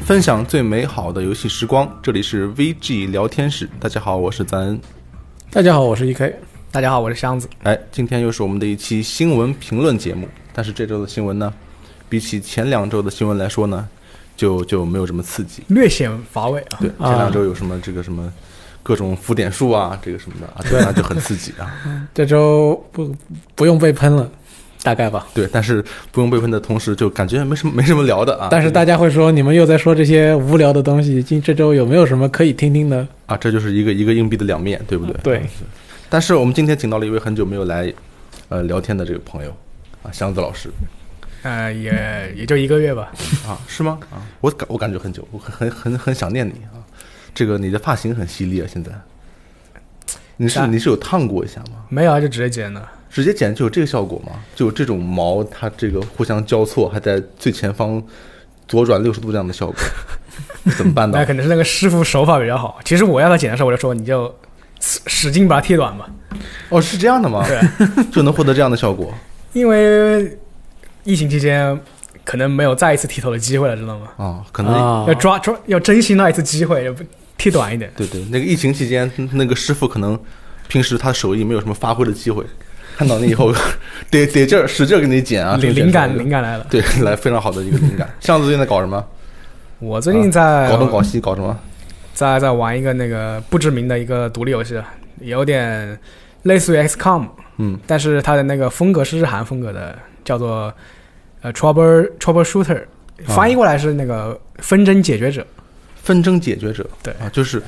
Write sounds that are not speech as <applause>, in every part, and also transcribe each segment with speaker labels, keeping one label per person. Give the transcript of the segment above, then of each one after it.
Speaker 1: 分享最美好的游戏时光，这里是 VG 聊天室。大家好，我是赞恩。
Speaker 2: 大家好，我是 E EK。
Speaker 3: 大家好，我是箱子。
Speaker 1: 哎，今天又是我们的一期新闻评论节目，但是这周的新闻呢，比起前两周的新闻来说呢，就就没有这么刺激。
Speaker 3: 略显乏味啊。
Speaker 1: 对，前两周有什么这个什么各种浮点数啊，这个什么的啊，对，那就很刺激啊。
Speaker 2: 这周不不用被喷了，大概吧。
Speaker 1: 对，但是不用被喷的同时，就感觉没什么没什么聊的啊。
Speaker 2: 但是大家会说，你们又在说这些无聊的东西，今这周有没有什么可以听听的？
Speaker 1: 啊，这就是一个一个硬币的两面对不对？
Speaker 2: 对。
Speaker 1: 但是我们今天请到了一位很久没有来，呃，聊天的这个朋友，啊，箱子老师
Speaker 3: 呃，也也就一个月吧。
Speaker 1: 啊，是吗？啊，我感我感觉很久，我很很很很想念你啊。这个你的发型很犀利啊，现在，你是
Speaker 3: 啥
Speaker 1: 你是有烫过一下吗？
Speaker 3: 没有啊，就直接剪的。
Speaker 1: 直接剪就有这个效果吗？就有这种毛它这个互相交错，还在最前方左转六十度这样的效果，你怎么办呢
Speaker 3: 那？可能是那个师傅手法比较好。其实我要他剪的时候，我就说你就使使劲把它剃短吧，
Speaker 1: 哦，是这样的吗？就能获得这样的效果
Speaker 3: 因为疫情期间可能没有再一次剃头的机会了，知道吗？
Speaker 1: 啊？可能
Speaker 2: 啊
Speaker 3: 要抓抓，要珍惜那一次机会，要不剃短一点。
Speaker 1: 对对，那个疫情期间，那个师傅可能平时他手艺没有什么发挥的机会，看到你以后 <laughs> 得得劲儿使劲儿给你剪啊，
Speaker 3: 灵
Speaker 1: 这个
Speaker 3: 灵感
Speaker 1: 剪
Speaker 3: 灵感来了。
Speaker 1: <laughs> 对来非常好的一个灵
Speaker 3: <laughs>
Speaker 1: 感。上次最近在搞什么？
Speaker 3: 我最近在
Speaker 1: 啊搞东搞西搞什么？
Speaker 3: 在在玩一个那个不知名的一个独立游戏，有点类似于 XCOM，
Speaker 1: 嗯，
Speaker 3: 但是它的那个风格是日韩风格的，叫做呃 Trouble Trouble Shooter，
Speaker 1: 啊
Speaker 3: 翻译过来是那个纷争解决者。
Speaker 1: 纷争解决者。
Speaker 3: 对
Speaker 1: 啊，就是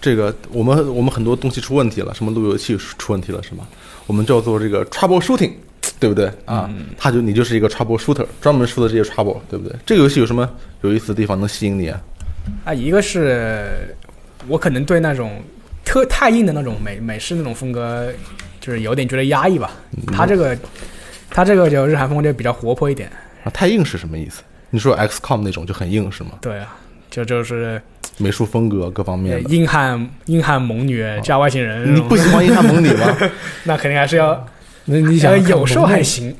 Speaker 1: 这个我们我们很多东西出问题了，什么路由器出问题了是吗？我们叫做这个 trouble shooting，对不对啊？
Speaker 3: 嗯
Speaker 1: 他就你就是一个 trouble shooter，专门出的这些 trouble，对不对？这个游戏有什么有意思的地方能吸引你啊？
Speaker 3: 啊，一个是我可能对那种特太硬的那种美美式那种风格，就是有点觉得压抑吧。
Speaker 1: 嗯
Speaker 3: 它这个它这个就日韩风格就比较活泼一点，
Speaker 1: 啊，太硬是什么意思？你说 XCOM 那种就很硬是吗？
Speaker 3: 对啊。就就是呃
Speaker 1: 美术风格各方面的。
Speaker 3: 硬汉硬汉猛女
Speaker 1: 啊
Speaker 3: 加外星人这
Speaker 1: 你
Speaker 3: 种，
Speaker 1: 不喜欢硬汉猛女
Speaker 3: <laughs>
Speaker 1: 吗？
Speaker 3: 那肯定还是要
Speaker 2: 那你想
Speaker 3: 呃
Speaker 2: 看
Speaker 3: 有时候还
Speaker 2: 不
Speaker 3: 行，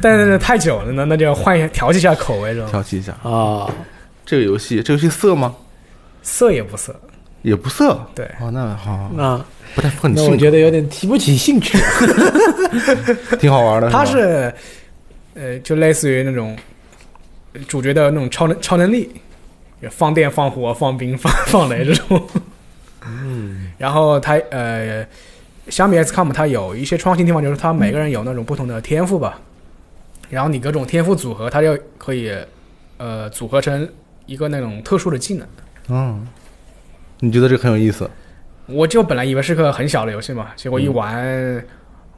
Speaker 3: 但是太久了呢，那就换一下调剂一下口味，这种
Speaker 1: 调戏一下
Speaker 2: 啊？
Speaker 1: 这个游戏，这个游戏色吗？
Speaker 3: 色也不色，
Speaker 1: 也不色。
Speaker 3: 对
Speaker 1: 哦，那好，
Speaker 2: 那
Speaker 1: 不太符合你
Speaker 2: 那
Speaker 1: 性
Speaker 2: 我
Speaker 1: 格，
Speaker 2: 觉得有点提不起兴趣。
Speaker 1: 挺嗯好玩的。
Speaker 3: 它
Speaker 1: 是吗
Speaker 3: 是呃，就类似于那种主角的那种超能超能力，放电、放火、放冰、放放雷这种。嗯，然后它呃，相比 XCOM，它有一些创新地方，就是它每个人有那种不同的天赋吧，然后你各种天赋组合，它就可以呃组合成一个那种特殊的技能。
Speaker 1: 嗯，你觉得这个很有意思？
Speaker 3: 我就本来以为是个很小的游戏嘛，结果一玩、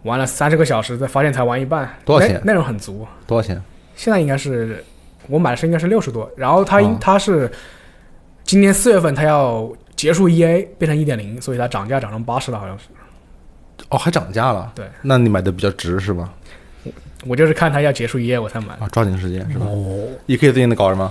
Speaker 3: 玩了三十个小时，才发现才玩一半，
Speaker 1: 多少钱
Speaker 3: 那内容很足，
Speaker 1: 多少钱？
Speaker 3: 现在应该是我买的是应该是六十多，然后它应、
Speaker 1: 哦
Speaker 3: 它是今年四月份它要结束 EA 变成一点零，所以它涨价涨成八十了，好像是。
Speaker 1: 哦，还涨价了。
Speaker 3: 对，
Speaker 1: 那你买的比较值是吧？
Speaker 3: 我就是看它要结束 EA 我才买的。。
Speaker 1: 啊，抓紧时间是吧？
Speaker 2: 哦，
Speaker 1: E K 最近在搞什么？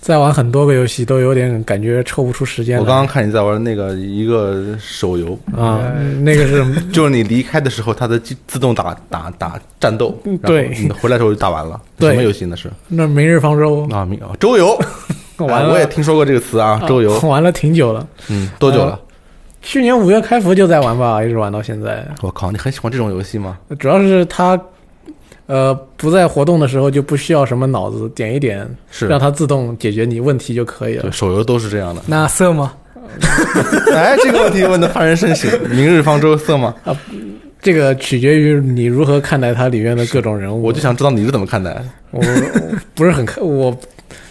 Speaker 2: 在玩很多个游戏都有点感觉抽不出时间来。
Speaker 1: 我刚刚看你在玩那个一个手 <laughs> 游，
Speaker 2: 啊，那个是 <laughs> 什么？
Speaker 1: 就是你离开的时候，它在自自动打打打战斗，
Speaker 2: 嗯
Speaker 1: 然后
Speaker 2: 对
Speaker 1: 你回来的时候就打 <laughs> 完了。
Speaker 2: 对
Speaker 1: 什么游戏那是？
Speaker 2: 那《明日方舟
Speaker 1: 啊，明啊，周游，》
Speaker 2: 玩
Speaker 1: 哎 <laughs>
Speaker 2: 了，
Speaker 1: 我也听说过这个词啊，周游
Speaker 2: 啊，玩了挺久了。
Speaker 1: 嗯，多久了？
Speaker 2: 去年五月开服就在玩吧，一直玩到现在。
Speaker 1: 我靠，你很喜欢这种游戏吗？
Speaker 2: 主要是它，呃，不在活动的时候就不需要什么脑子，点一点，
Speaker 1: 是
Speaker 2: 让它自动解决你问题就可以
Speaker 1: 对，
Speaker 2: 了。
Speaker 1: 手游都是这 <laughs> 样的
Speaker 3: 那色吗？
Speaker 1: 哎，这个问题问的发人深省。明日方舟色吗？
Speaker 2: 这个取决于你如何看待它里面的各种人物。
Speaker 1: 我就想知道你是怎么看待的。
Speaker 2: 我， <laughs> 我不是很看我。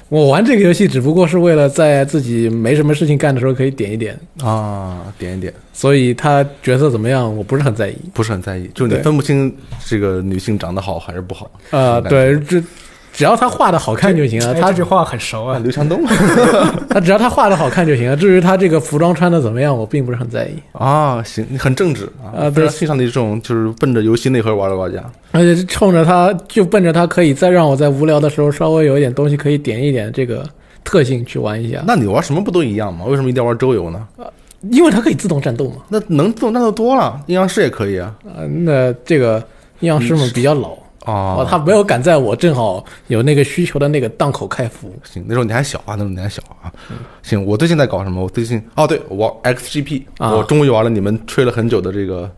Speaker 2: 我玩这个游戏只不过是为了在自己没什么事情干的时候可以点一点，
Speaker 1: 啊，点一点，
Speaker 2: 所以他角色怎么样我不是很在意。
Speaker 1: 不是很在意，就是你
Speaker 2: 对
Speaker 1: 分不清这个女性长得好还是不好。
Speaker 2: 呃，对，这只要他画的好看就行了，
Speaker 3: 哎
Speaker 2: 他
Speaker 3: 这句话很熟
Speaker 1: 啊，
Speaker 3: 啊。
Speaker 1: 刘强东
Speaker 2: 他只要他画的好看就行了。啊至于他这个服装穿的怎么样，我并不是很在意。
Speaker 1: <laughs> 啊，行，你很正直啊，
Speaker 2: 啊
Speaker 1: 我非
Speaker 2: 对
Speaker 1: 常欣赏你这种就是奔着游戏内核玩的玩家。
Speaker 2: 而且是冲着他就奔着他可以再让我在无聊的时候稍微有一点东西可以点一点这个特性去玩一下，
Speaker 1: 那你玩什么不都一样吗？为什么一定要玩周游呢？
Speaker 2: 因为它可以自动战斗嘛。
Speaker 1: 那能自动战斗多了，阴阳师也可以啊。
Speaker 2: 啊、那这个阴阳师们比较老，
Speaker 1: 哦
Speaker 2: 哦，他没有赶在我正好有那个需求的那个档口开服。
Speaker 1: 行，那时候你还小啊，那时候你还小啊。行，我最近在搞什么？我最近哦，对，我玩 XGP，、
Speaker 2: 啊
Speaker 1: 我终于玩了你们吹了很久的这个《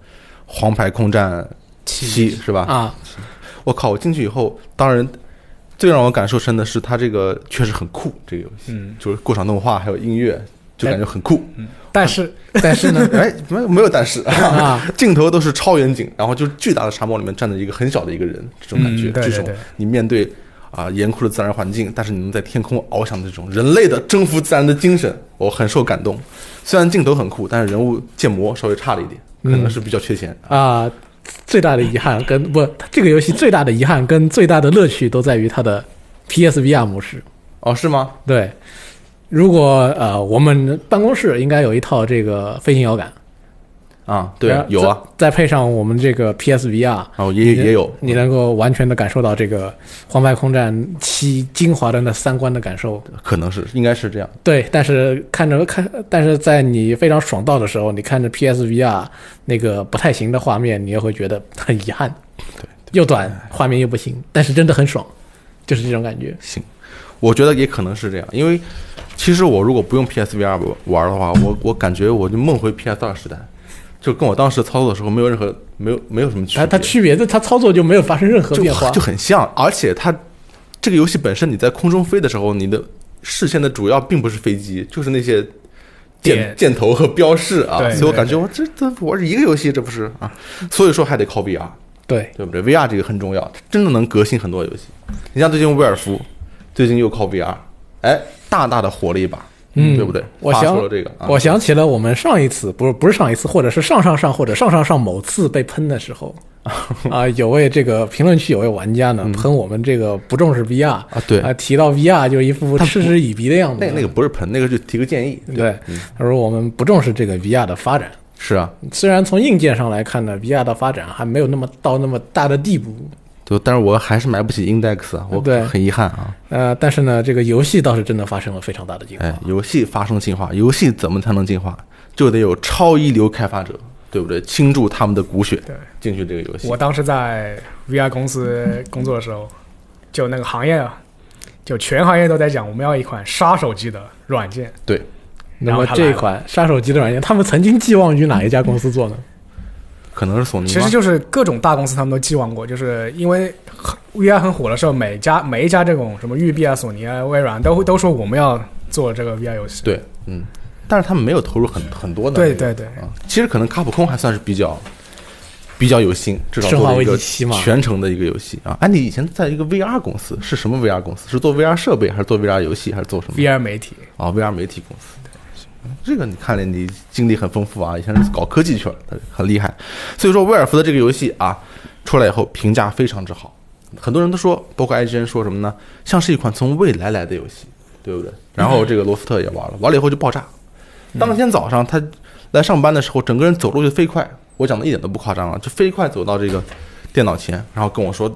Speaker 1: 黄牌空战七》，是吧？
Speaker 2: 啊，
Speaker 1: 我靠！我进去以后，当然最让我感受深的是它这个确实很酷，这个游戏、
Speaker 3: 嗯，
Speaker 1: 就是过场动画还有音乐，就感觉很酷。，
Speaker 3: 但是
Speaker 2: 但是呢
Speaker 1: <laughs> 哎，没有没有但是，
Speaker 2: 啊，
Speaker 1: <laughs> 镜头都是超远景，然后就是巨大的沙漠里面站着一个很小的一个人，这种感觉，
Speaker 3: 嗯对
Speaker 1: 这
Speaker 3: 对
Speaker 1: 种
Speaker 3: 对
Speaker 1: 你面对啊、严酷的自然环境，但是你能在天空翱翔的这种人类的征服自然的精神，我很受感动。虽然镜头很酷，但是人物建模稍微差了一点，可能是比较缺钱。
Speaker 2: 啊，最大的遗憾跟不，这个游戏最大的遗憾跟最大的乐趣都在于它的 PSVR 模式。
Speaker 1: 哦，是吗？
Speaker 2: 对，如果呃，我们办公室应该有一套这个飞行摇杆，
Speaker 1: 啊，对
Speaker 2: 然
Speaker 1: 啊
Speaker 2: 后，
Speaker 1: 有啊，
Speaker 2: 再，再配上我们这个 PSVR，
Speaker 1: 哦，也也有，
Speaker 2: 你能够完全的感受到这个《黄牌空战七》精华的那三关的感受。
Speaker 1: 可能是应该是这样。
Speaker 2: 对，但是看着看，但是在你非常爽到的时候，你看着 PSVR 那个不太行的画面，你也会觉得很遗憾。
Speaker 1: 对，
Speaker 2: 又短，画面又不行，但是真的很爽，就是这种感觉。
Speaker 1: 行，我觉得也可能是这样，因为其实我如果不用 PSVR 玩的话，我我感觉我就梦回 PS 二时代，就跟我当时操作的时候没有任何没有没有什么区别，
Speaker 2: 哎它它区别，它操作就没有发生任何
Speaker 1: 就
Speaker 2: 变化。
Speaker 1: 就很像，而且它这个游戏本身你在空中飞的时候，你的视线的主要并不是飞机，就是那些。箭
Speaker 3: 点
Speaker 1: 箭头和标示啊，
Speaker 3: 对
Speaker 1: 所以我
Speaker 3: 对
Speaker 1: 感觉
Speaker 3: 对
Speaker 1: 我这这我是一个游戏，这不是啊，所以说还得靠 VR，
Speaker 2: 对，
Speaker 1: 对不对？VR 这个很重要，它真的能革新很多游戏。你像最近威尔夫，最近又靠 VR，哎，大大的火了一把，
Speaker 2: 嗯
Speaker 1: 对不对？
Speaker 2: 我
Speaker 1: 发
Speaker 2: 想
Speaker 1: 出了这个，啊、
Speaker 2: 我想起了我们上一次，不是不是上一次，或者是上上上或者上上上某次被喷的时候，啊、有位这个评论区有位玩家呢喷我们这个不重视 VR 啊、
Speaker 1: 啊，对，
Speaker 2: 提到 VR 就一副嗤之以鼻的样子。
Speaker 1: 那那个不是喷，那个就提个建议，
Speaker 2: 对，嗯他说我们不重视这个 VR 的发展，
Speaker 1: 是啊，
Speaker 2: 虽然从硬件上来看呢，VR 的发展还没有那么到那么大的地步，
Speaker 1: 就但是我还是买不起 Index，啊，我
Speaker 2: 对
Speaker 1: 很遗憾啊。
Speaker 2: 呃，但是呢，这个游戏倒是真的发生了非常大的进化。
Speaker 1: 哎，游戏发生进化，游戏怎么才能进化？就得有超一流开发者，对不对？倾注他们的骨血
Speaker 3: 对
Speaker 1: 进去这个游戏
Speaker 3: 我。当时在 VR 公司工作的时候，就那个行业啊，就全行业都在讲我们要一款杀手级的软件。
Speaker 1: 对，
Speaker 2: 那
Speaker 3: 然
Speaker 2: 么
Speaker 3: 后他来
Speaker 2: 这
Speaker 3: 了
Speaker 2: 款杀手级的软件，他们曾经寄望于哪一家公司做呢？
Speaker 1: 可能是索尼
Speaker 3: 其
Speaker 1: 吧
Speaker 3: 实就是各种大公司他们都寄望过，就是因为 VR 很火的时候，每家每一家这种什么育碧啊、索尼啊、微软都会都说我们要做这个 VR 游戏。
Speaker 1: 对，嗯，但是他们没有投入很很多的
Speaker 3: 对
Speaker 1: 那个
Speaker 3: 对对
Speaker 1: 啊，其实可能卡普空还算是比较比较有心，至少
Speaker 2: 生化
Speaker 1: 做了一
Speaker 2: 危
Speaker 1: 个
Speaker 2: 机七嘛
Speaker 1: 全程的一个游戏啊。哎，你以前在一个 VR 公司是什么 VR 公司？是做 VR 设备还是做 VR 游戏还是做什么
Speaker 3: VR 媒体，
Speaker 1: 啊？VR 媒体公司。这个你看来你经历很丰富啊，以前是搞科技圈儿的，很厉害。所以说威尔福的这个游戏啊，出来以后评价非常之好，很多人都说，包括 IGN 说什么呢？像是一款从未来来的游戏，对不对？然后这个罗斯特也玩了，玩了以后就爆炸。当天早上他来上班的时候，整个人走路就飞快，我讲的一点都不夸张啊，就飞快走到这个电脑前，然后跟我说：“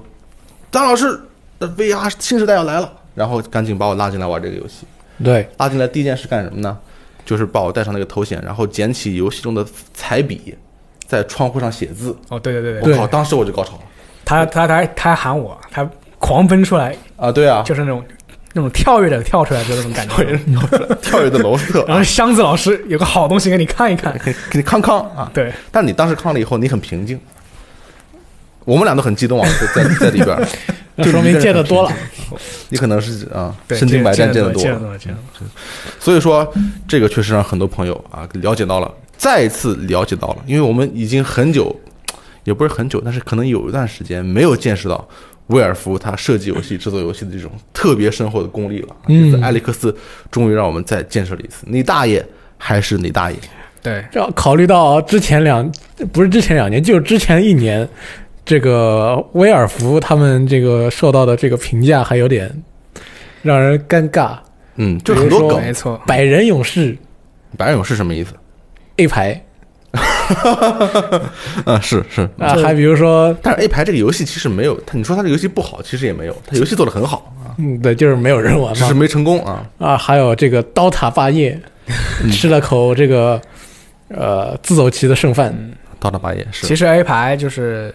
Speaker 1: 张老师的 VR 新时代要来了。”然后赶紧把我拉进来玩这个游戏。
Speaker 2: 对，
Speaker 1: 拉进来第一件事干什么呢？就是把我戴上那个头显，然后捡起游戏中的彩笔，在窗户上写字。
Speaker 3: 哦，对对对
Speaker 1: 我靠，当时我就高潮了
Speaker 3: 他他他他还喊我，他狂奔出来，
Speaker 1: 啊！对啊，
Speaker 3: 就是那种那种跳跃的跳出来的那
Speaker 1: <laughs>
Speaker 3: 种感觉。
Speaker 1: 跳跃的罗斯特，
Speaker 3: 然后箱子老师有个好东西给你看一看，
Speaker 1: 给你康康啊！
Speaker 3: 对，
Speaker 1: 但你当时康了以后，你很平静。我们俩都很激动啊，在在在里边儿，
Speaker 2: 那
Speaker 1: 就
Speaker 2: 说
Speaker 1: 一
Speaker 2: 明
Speaker 1: 个人
Speaker 2: 见得多了
Speaker 1: 很。你可能是啊，
Speaker 3: 对
Speaker 1: 身经百战，
Speaker 3: 见
Speaker 1: 见得多
Speaker 3: 多，见
Speaker 1: 了
Speaker 3: 得。多，见得多。
Speaker 1: 所以说，这个确实让很多朋友啊了解到了，再一次了解到了，因为我们已经很久，也不是很久，但是可能有一段时间没有见识到威尔福他设计游戏、制作游戏的这种特别深厚的功力了。
Speaker 2: 嗯
Speaker 1: 这次艾利克斯终于让我们再见识了一次，你大爷还是你大爷，
Speaker 3: 对，
Speaker 2: 这要考虑到之前两，不是之前两年，就是之前一年，这个威尔福他们这个受到的这个评价还有点让人尴尬。
Speaker 1: 嗯，就很多
Speaker 2: 比如说哎
Speaker 1: 梗
Speaker 3: 没。错，
Speaker 2: 百人勇士
Speaker 1: 白勇是什么意思？
Speaker 2: A 排
Speaker 1: 嗯，是是。
Speaker 2: 啊，
Speaker 3: 对
Speaker 2: 还比如说，
Speaker 1: 但是 A 牌这个游戏其实没有，他你说他这个游戏不好，其实也没有，他游戏做的很好，
Speaker 2: 嗯，对，就是没有人玩
Speaker 1: 只是
Speaker 2: 嘛。
Speaker 1: 没成功啊。
Speaker 2: 啊，还有这个刀塔霸业，
Speaker 3: 嗯
Speaker 2: 吃了口这个
Speaker 3: 嗯
Speaker 2: 呃自走棋的剩饭。
Speaker 1: 到了八爷是
Speaker 3: 其实 A 牌就是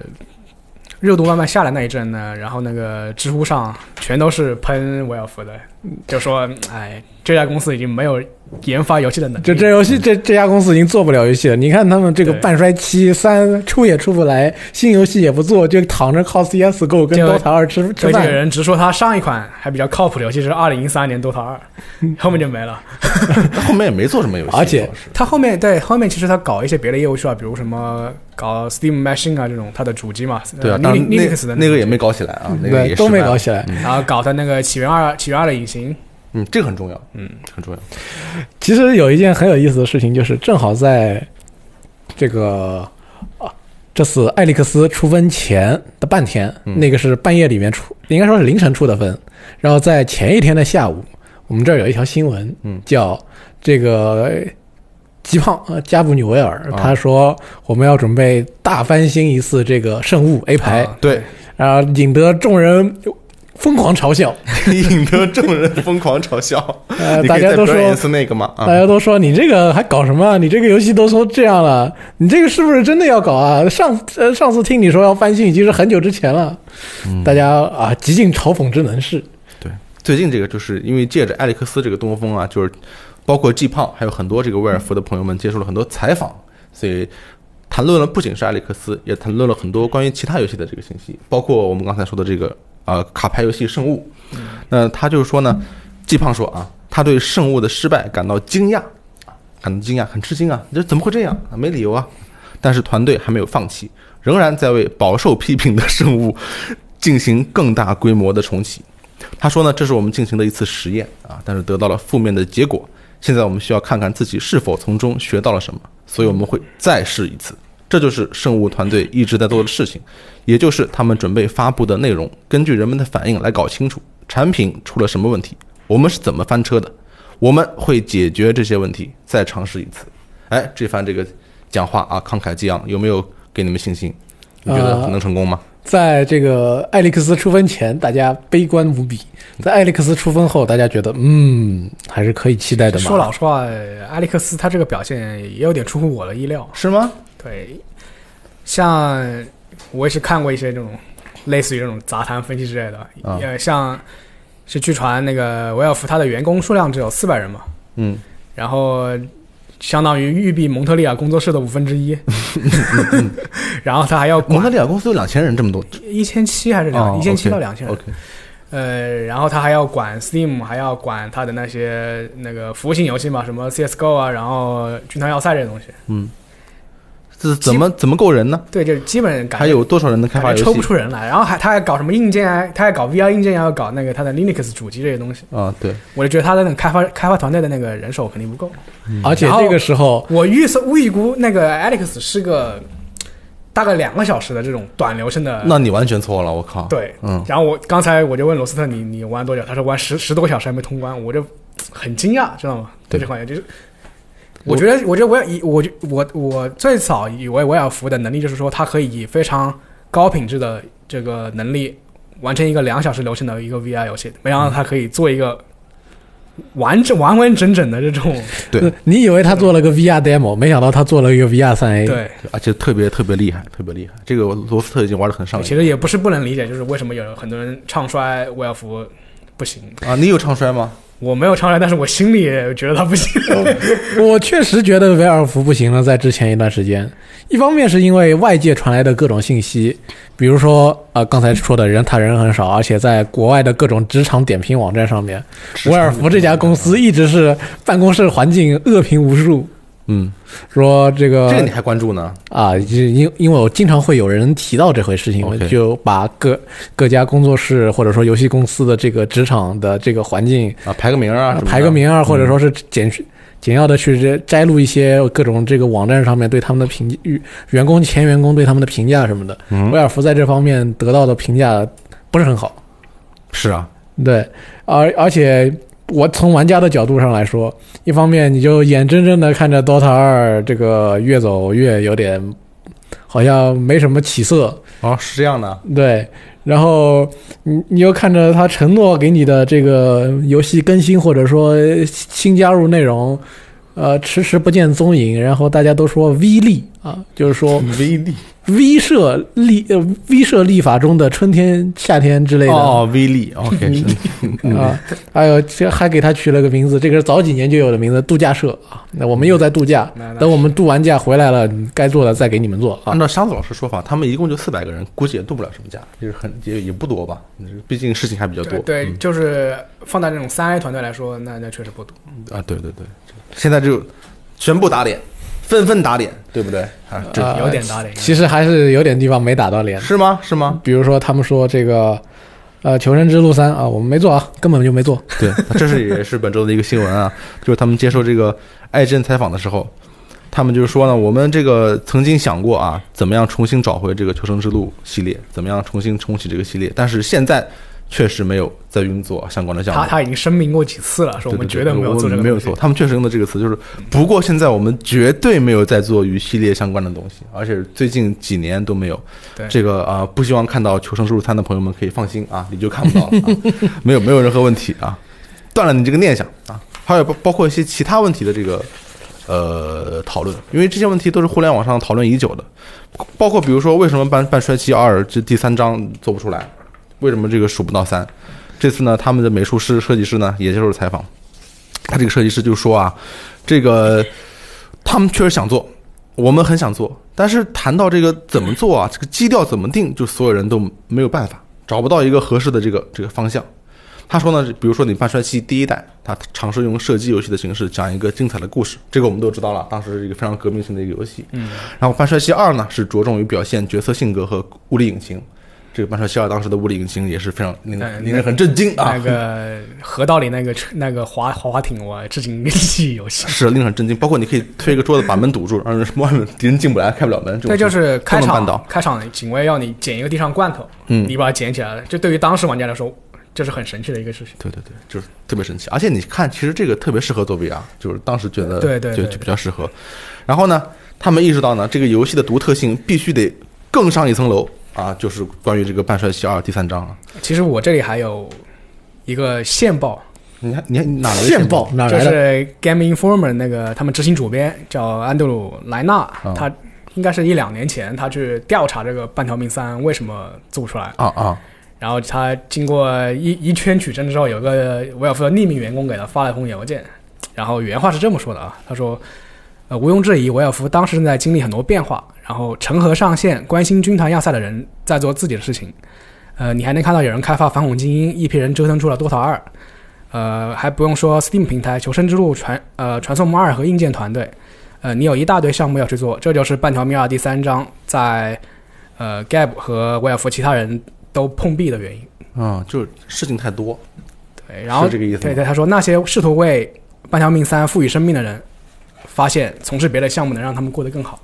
Speaker 3: 热度慢慢下来那一阵呢，然后那个知乎上全都是喷维尔福的，就说哎，这家公司已经没有研发游戏的能力。
Speaker 2: 就这游戏，这这家公司已经做不了游戏了。你看他们这个
Speaker 3: 对
Speaker 2: 半衰期，三出也出不来，新游戏也不做，就躺着靠 CS:GO 跟
Speaker 3: 就
Speaker 2: DOTA 二吃吃
Speaker 3: 所以这个
Speaker 2: 饭。
Speaker 3: 人直说他上一款还比较靠谱的游戏是二零一三年 DOTA 二，后面就没了。
Speaker 1: 他后面也没做什么游戏，
Speaker 2: 而且
Speaker 1: 主要是
Speaker 3: 他后面对后面其实他搞一些别的业务去啊，比如什么搞 Steam Machine 啊这种他的主机嘛，
Speaker 1: 对啊，
Speaker 3: 呃
Speaker 1: 当然
Speaker 3: Linux-
Speaker 1: 那
Speaker 3: Linux 的
Speaker 1: 那个也没搞起来啊，那个
Speaker 2: 对，
Speaker 1: 也
Speaker 2: 都没搞
Speaker 1: 起
Speaker 2: 起来。
Speaker 3: 然后搞他那个起源二起源二的隐形，
Speaker 1: 嗯，这个很重要，
Speaker 3: 嗯，
Speaker 1: 很重要。
Speaker 2: 其实有一件很有意思的事情，就是正好在这个啊，这次艾利克斯出分前的半天，
Speaker 1: 嗯
Speaker 2: 那个是半夜里面出，应该说是凌晨出的分，然后在前一天的下午，我们这儿有一条新闻，
Speaker 1: 嗯
Speaker 2: 叫这个。呃吉胖呃加布纽维尔
Speaker 1: 啊
Speaker 2: 他说：“我们要准备大翻新一次这个圣物 A 牌，
Speaker 3: 啊
Speaker 1: 哎对， <laughs>
Speaker 2: 然后引得众人疯狂嘲笑。
Speaker 1: 引得众人疯狂嘲笑。
Speaker 2: 呃，
Speaker 1: 你
Speaker 2: 大
Speaker 1: 可以
Speaker 2: 家
Speaker 1: 再
Speaker 2: 都
Speaker 1: 表演
Speaker 2: 说
Speaker 1: 一次那个吗？啊
Speaker 2: 大，家都说你这个还搞什么啊？你这个游戏都说这样了，你这个是不是真的要搞啊？上呃上次听你说要翻新已经是很久之前了，
Speaker 1: 嗯
Speaker 2: 大家啊极尽嘲讽之能事。
Speaker 1: 最近这个就是因为借着艾利克斯这个东风啊，就是包括季胖，还有很多这个威尔福的朋友们接受了很多采访，所以谈论了不仅是艾利克斯，也谈论了很多关于其他游戏的这个信息，包括我们刚才说的这个呃卡牌游戏《圣物》。那他就是说呢，季胖说啊，他对《圣物》的失败感到惊讶，感到惊讶，很吃惊啊，这怎么会这样？没理由啊！但是团队还没有放弃，仍然在为饱受批评的《圣物》进行更大规模的重启。他说呢，这是我们进行的一次实验啊，但是得到了负面的结果。现在我们需要看看自己是否从中学到了什么，所以我们会再试一次。这就是圣物团队一直在做的事情，也就是他们准备发布的内容，根据人们的反应来搞清楚产品出了什么问题，我们是怎么翻车的，我们会解决这些问题，再尝试一次。哎，这番这个讲话啊，慷慨激昂，有没有给你们信心？你觉得
Speaker 2: 呃
Speaker 1: 能成功吗？
Speaker 2: 在这个艾利克斯出分前，大家悲观无比；在艾利克斯出分后，大家觉得嗯还是可以期待的嘛。
Speaker 3: 说老实话，埃利克斯他这个表现也有点出乎我的意料。
Speaker 1: 是吗？
Speaker 3: 对，像我也是看过一些这种类似于这种杂谈分析之类的，
Speaker 1: 啊
Speaker 3: 呃，像是据传那个维尔福他的员工数量只有四百人嘛，
Speaker 1: 嗯，
Speaker 3: 然后相当于育碧蒙特利尔工作室的五分之一， <laughs> 然后他还要
Speaker 1: 嗯蒙特
Speaker 3: 管
Speaker 1: 利尔公司有两千人，这么多
Speaker 3: 一千七还是
Speaker 1: 哦
Speaker 3: 两一千七
Speaker 1: ，OK，
Speaker 3: 到两千人，
Speaker 1: ，OK，
Speaker 3: 呃，然后他还要管 Steam，还要管他的那些那个服务型游戏嘛，什么 CS:GO 啊，然后军团要塞这些东西，
Speaker 1: 嗯，这怎么怎么够人呢？
Speaker 3: 对，这基本感
Speaker 1: 还
Speaker 3: 觉
Speaker 1: 有多少人能开
Speaker 3: 感
Speaker 1: 发
Speaker 3: 觉
Speaker 1: 游
Speaker 3: 抽不
Speaker 1: 戏？
Speaker 3: 出人来，然后还他还搞什么硬件啊，他还搞 VR 硬件，还要搞那个他的 Linux 主机这些东西，
Speaker 1: 啊，对，
Speaker 3: 我就觉得他的那个开发开发团队的那个人手肯定不够。
Speaker 2: 而且
Speaker 3: 然后
Speaker 2: 这个时候，
Speaker 3: 我预测预估那个 Alex 是个大概两个小时的这种短流程的，
Speaker 1: 那你完全错了，我靠！，
Speaker 3: 哎对。
Speaker 1: 嗯，
Speaker 3: 然后我刚才我就问罗斯特你你玩多久，他说玩十十多个小时还没通关，我就很惊讶，知道吗？
Speaker 1: 对
Speaker 3: 对这款游戏就是。我觉得，我觉得我要以我就我我最早以为维尔福的能力就是说，他可以以非常高品质的这个能力完成一个两小时流程的一个 VR 游戏，没想到他可以做一个完整、完完整整的这种
Speaker 1: 对
Speaker 2: 你以为他做了个 VR demo，没想到他做了一个 VR 三
Speaker 3: <laughs>
Speaker 2: A。
Speaker 3: 对
Speaker 1: 而且特别特别厉害，特别厉害。这个罗斯特已经玩的很上
Speaker 3: 其
Speaker 1: 瘾
Speaker 3: 实也不是不能理解，就是为什么有很多人唱衰威尔福不行。
Speaker 1: 啊！你有唱衰吗？
Speaker 3: 我没有唱衰，但是我心里觉得他不行。
Speaker 2: <laughs> 我确实觉得维尔福不行了，在之前一段时间，一方面是因为外界传来的各种信息，比如说啊、呃刚才说的人他人很少，而且在国外的各种职场点评网站上面，维尔福这家公司一直是办公室环境恶评无数，
Speaker 1: 嗯，
Speaker 2: 说这个
Speaker 1: 这个你还关注呢？
Speaker 2: 啊，就因因为我经常会有人提到这回事情，我
Speaker 1: OK
Speaker 2: 就把各各家工作室或者说游戏公司的这个职场的这个环境
Speaker 1: 啊，排个名啊，什么的
Speaker 2: 排个，名啊，或者说是简简要的去摘录一些各种这个网站上面对他们的评与员工前员工对他们的评价什么的。
Speaker 1: 嗯
Speaker 2: 威，尔福在这方面得到的评价不是很好，
Speaker 1: 是啊，
Speaker 2: 对，而而且我从玩家的角度上来说，一方面你就眼睁睁的看着 DOTA 二这个越走越有点好像没什么起色，
Speaker 1: 哦，是这样的，
Speaker 2: 对，然后你你又看着他承诺给你的这个游戏更新或者说新加入内容，呃，迟迟不见踪影，然后大家都说 V 力啊，就是说
Speaker 1: 威力
Speaker 2: V 社立呃 V 社立法中的春天、夏天之类的啊、
Speaker 1: 哦，威力，OK，是
Speaker 2: 还有这还给它取了个名字，这个是早几年就有的名字，度假社啊。那我们又在度假，
Speaker 3: <laughs> 那那
Speaker 2: 等我们度完假回来了，该做的再给你们做啊
Speaker 1: 按。照沙子老师说法，他们一共就四百个人，估计也动不了什么家，就是很也也不多吧，毕竟事情还比较多嗯
Speaker 3: 对。对，就是放在这种三 A 团队来说，那那确实不多。
Speaker 1: 嗯啊，对对对，现在就全部打脸，纷纷打脸，对不对？啊，这
Speaker 2: 啊
Speaker 3: 有点打脸
Speaker 2: 其实还是有点地方没打到脸，
Speaker 1: 是吗？是吗？
Speaker 2: 比如说他们说这个呃《求生之路三》啊，我们没做啊，根本就没做。
Speaker 1: 对，啊这是也是本周的一个新闻啊，就是他们接受这个艾珍采访的时候，他们就是说呢，我们这个曾经想过啊，怎么样重新找回这个求生之路系列，怎么样重新重启这个系列，但是现在确实没有在运作相关的项目
Speaker 3: 他。他已经声明过几次了，说我们
Speaker 1: 对对
Speaker 3: 绝对
Speaker 1: 对
Speaker 3: 没有
Speaker 1: 我
Speaker 3: 做这
Speaker 1: 们
Speaker 3: 个
Speaker 1: 没有
Speaker 3: 东西
Speaker 1: 错，。他们确实用的这个词就是，不过现在我们绝对没有在做与系列相关的东西，而且最近几年都没有。
Speaker 3: 对
Speaker 1: 这个啊、不希望看到求生之路三的朋友们可以放心啊，你就看不到了、啊，没有没有任何问题啊，断了你这个念想啊。还有包包括一些其他问题的这个呃讨论，因为这些问题都是互联网上讨论已久的，包括比如说为什么半半衰期二这第三章做不出来，为什么这个数不到三？这次呢，他们的美术师、设计师呢也接受了采访，他这个设计师就说啊，这个他们确实想做，我们很想做，但是谈到这个怎么做啊，这个基调怎么定，就所有人都没有办法，找不到一个合适的这个这个方向。他说呢，比如说你《半衰期》第一代，他尝试用射击游戏的形式讲一个精彩的故事，这个我们都知道了，当时是一个非常革命性的一个游戏。嗯，然后《半衰期二》呢，是着重于表现角色性格和物理引擎。这个《半衰期二》当时的物理引擎也是非常令
Speaker 3: 哎
Speaker 1: 人令人很震惊啊
Speaker 3: 那，个河道里那个车那个滑滑滑艇，我至今 <laughs> 记忆犹新。
Speaker 1: 是令人很震惊。包括你可以推一个桌子把门堵住，让人 <laughs> 外面敌人进不来，开不了门。这种
Speaker 3: 那就是开
Speaker 1: 都能办到
Speaker 3: 场，开场警卫要你捡一个地上罐头，
Speaker 1: 嗯
Speaker 3: 你把它捡起来了。这对于当时玩家来说，这是很神奇的一个事情。
Speaker 1: 对对对，就是特别神奇。而且你看，其实这个特别适合做 VR，就是当时觉得
Speaker 3: 对对
Speaker 1: 就
Speaker 3: 对
Speaker 1: 就比较适合。然后呢，他们意识到呢，这个游戏的独特性必须得更上一层楼啊，就是关于这个《半衰期二》第三章啊。
Speaker 3: 其实我这里还有一个线报，
Speaker 1: 你还你还你哪来的
Speaker 2: 线报哪
Speaker 3: 就
Speaker 2: 来的？
Speaker 3: 是 Game Informer 那个他们执行主编叫安德鲁莱纳
Speaker 1: 嗯，
Speaker 2: 啊
Speaker 3: 他应该是一两年前他去调查这个《半条命三》为什么做不出来，
Speaker 1: 啊啊！
Speaker 3: 然后他经过一一圈取证之后，有个维尔福的匿名员工给他发了封邮件，然后原话是这么说的啊，他说，呃，毋庸置疑，维尔福当时正在经历很多变化，然后成河上线、关心军团要塞的人在做自己的事情，呃，你还能看到有人开发反恐精英，一批人折腾出了多塔二，呃，还不用说 Steam 平台、求生之路传呃传送门二和硬件团队，呃，你有一大堆项目要去做，这就是半条命二第三章在呃 Gab 和维尔福其他人都碰壁的原因。
Speaker 1: 啊，就是事情太多，
Speaker 3: 对，然后
Speaker 1: 是这个意思
Speaker 3: 对
Speaker 1: 吗
Speaker 3: 对，他说那些试图为《半条命三》赋予生命的人，发现从事别的项目能让他们过得更好。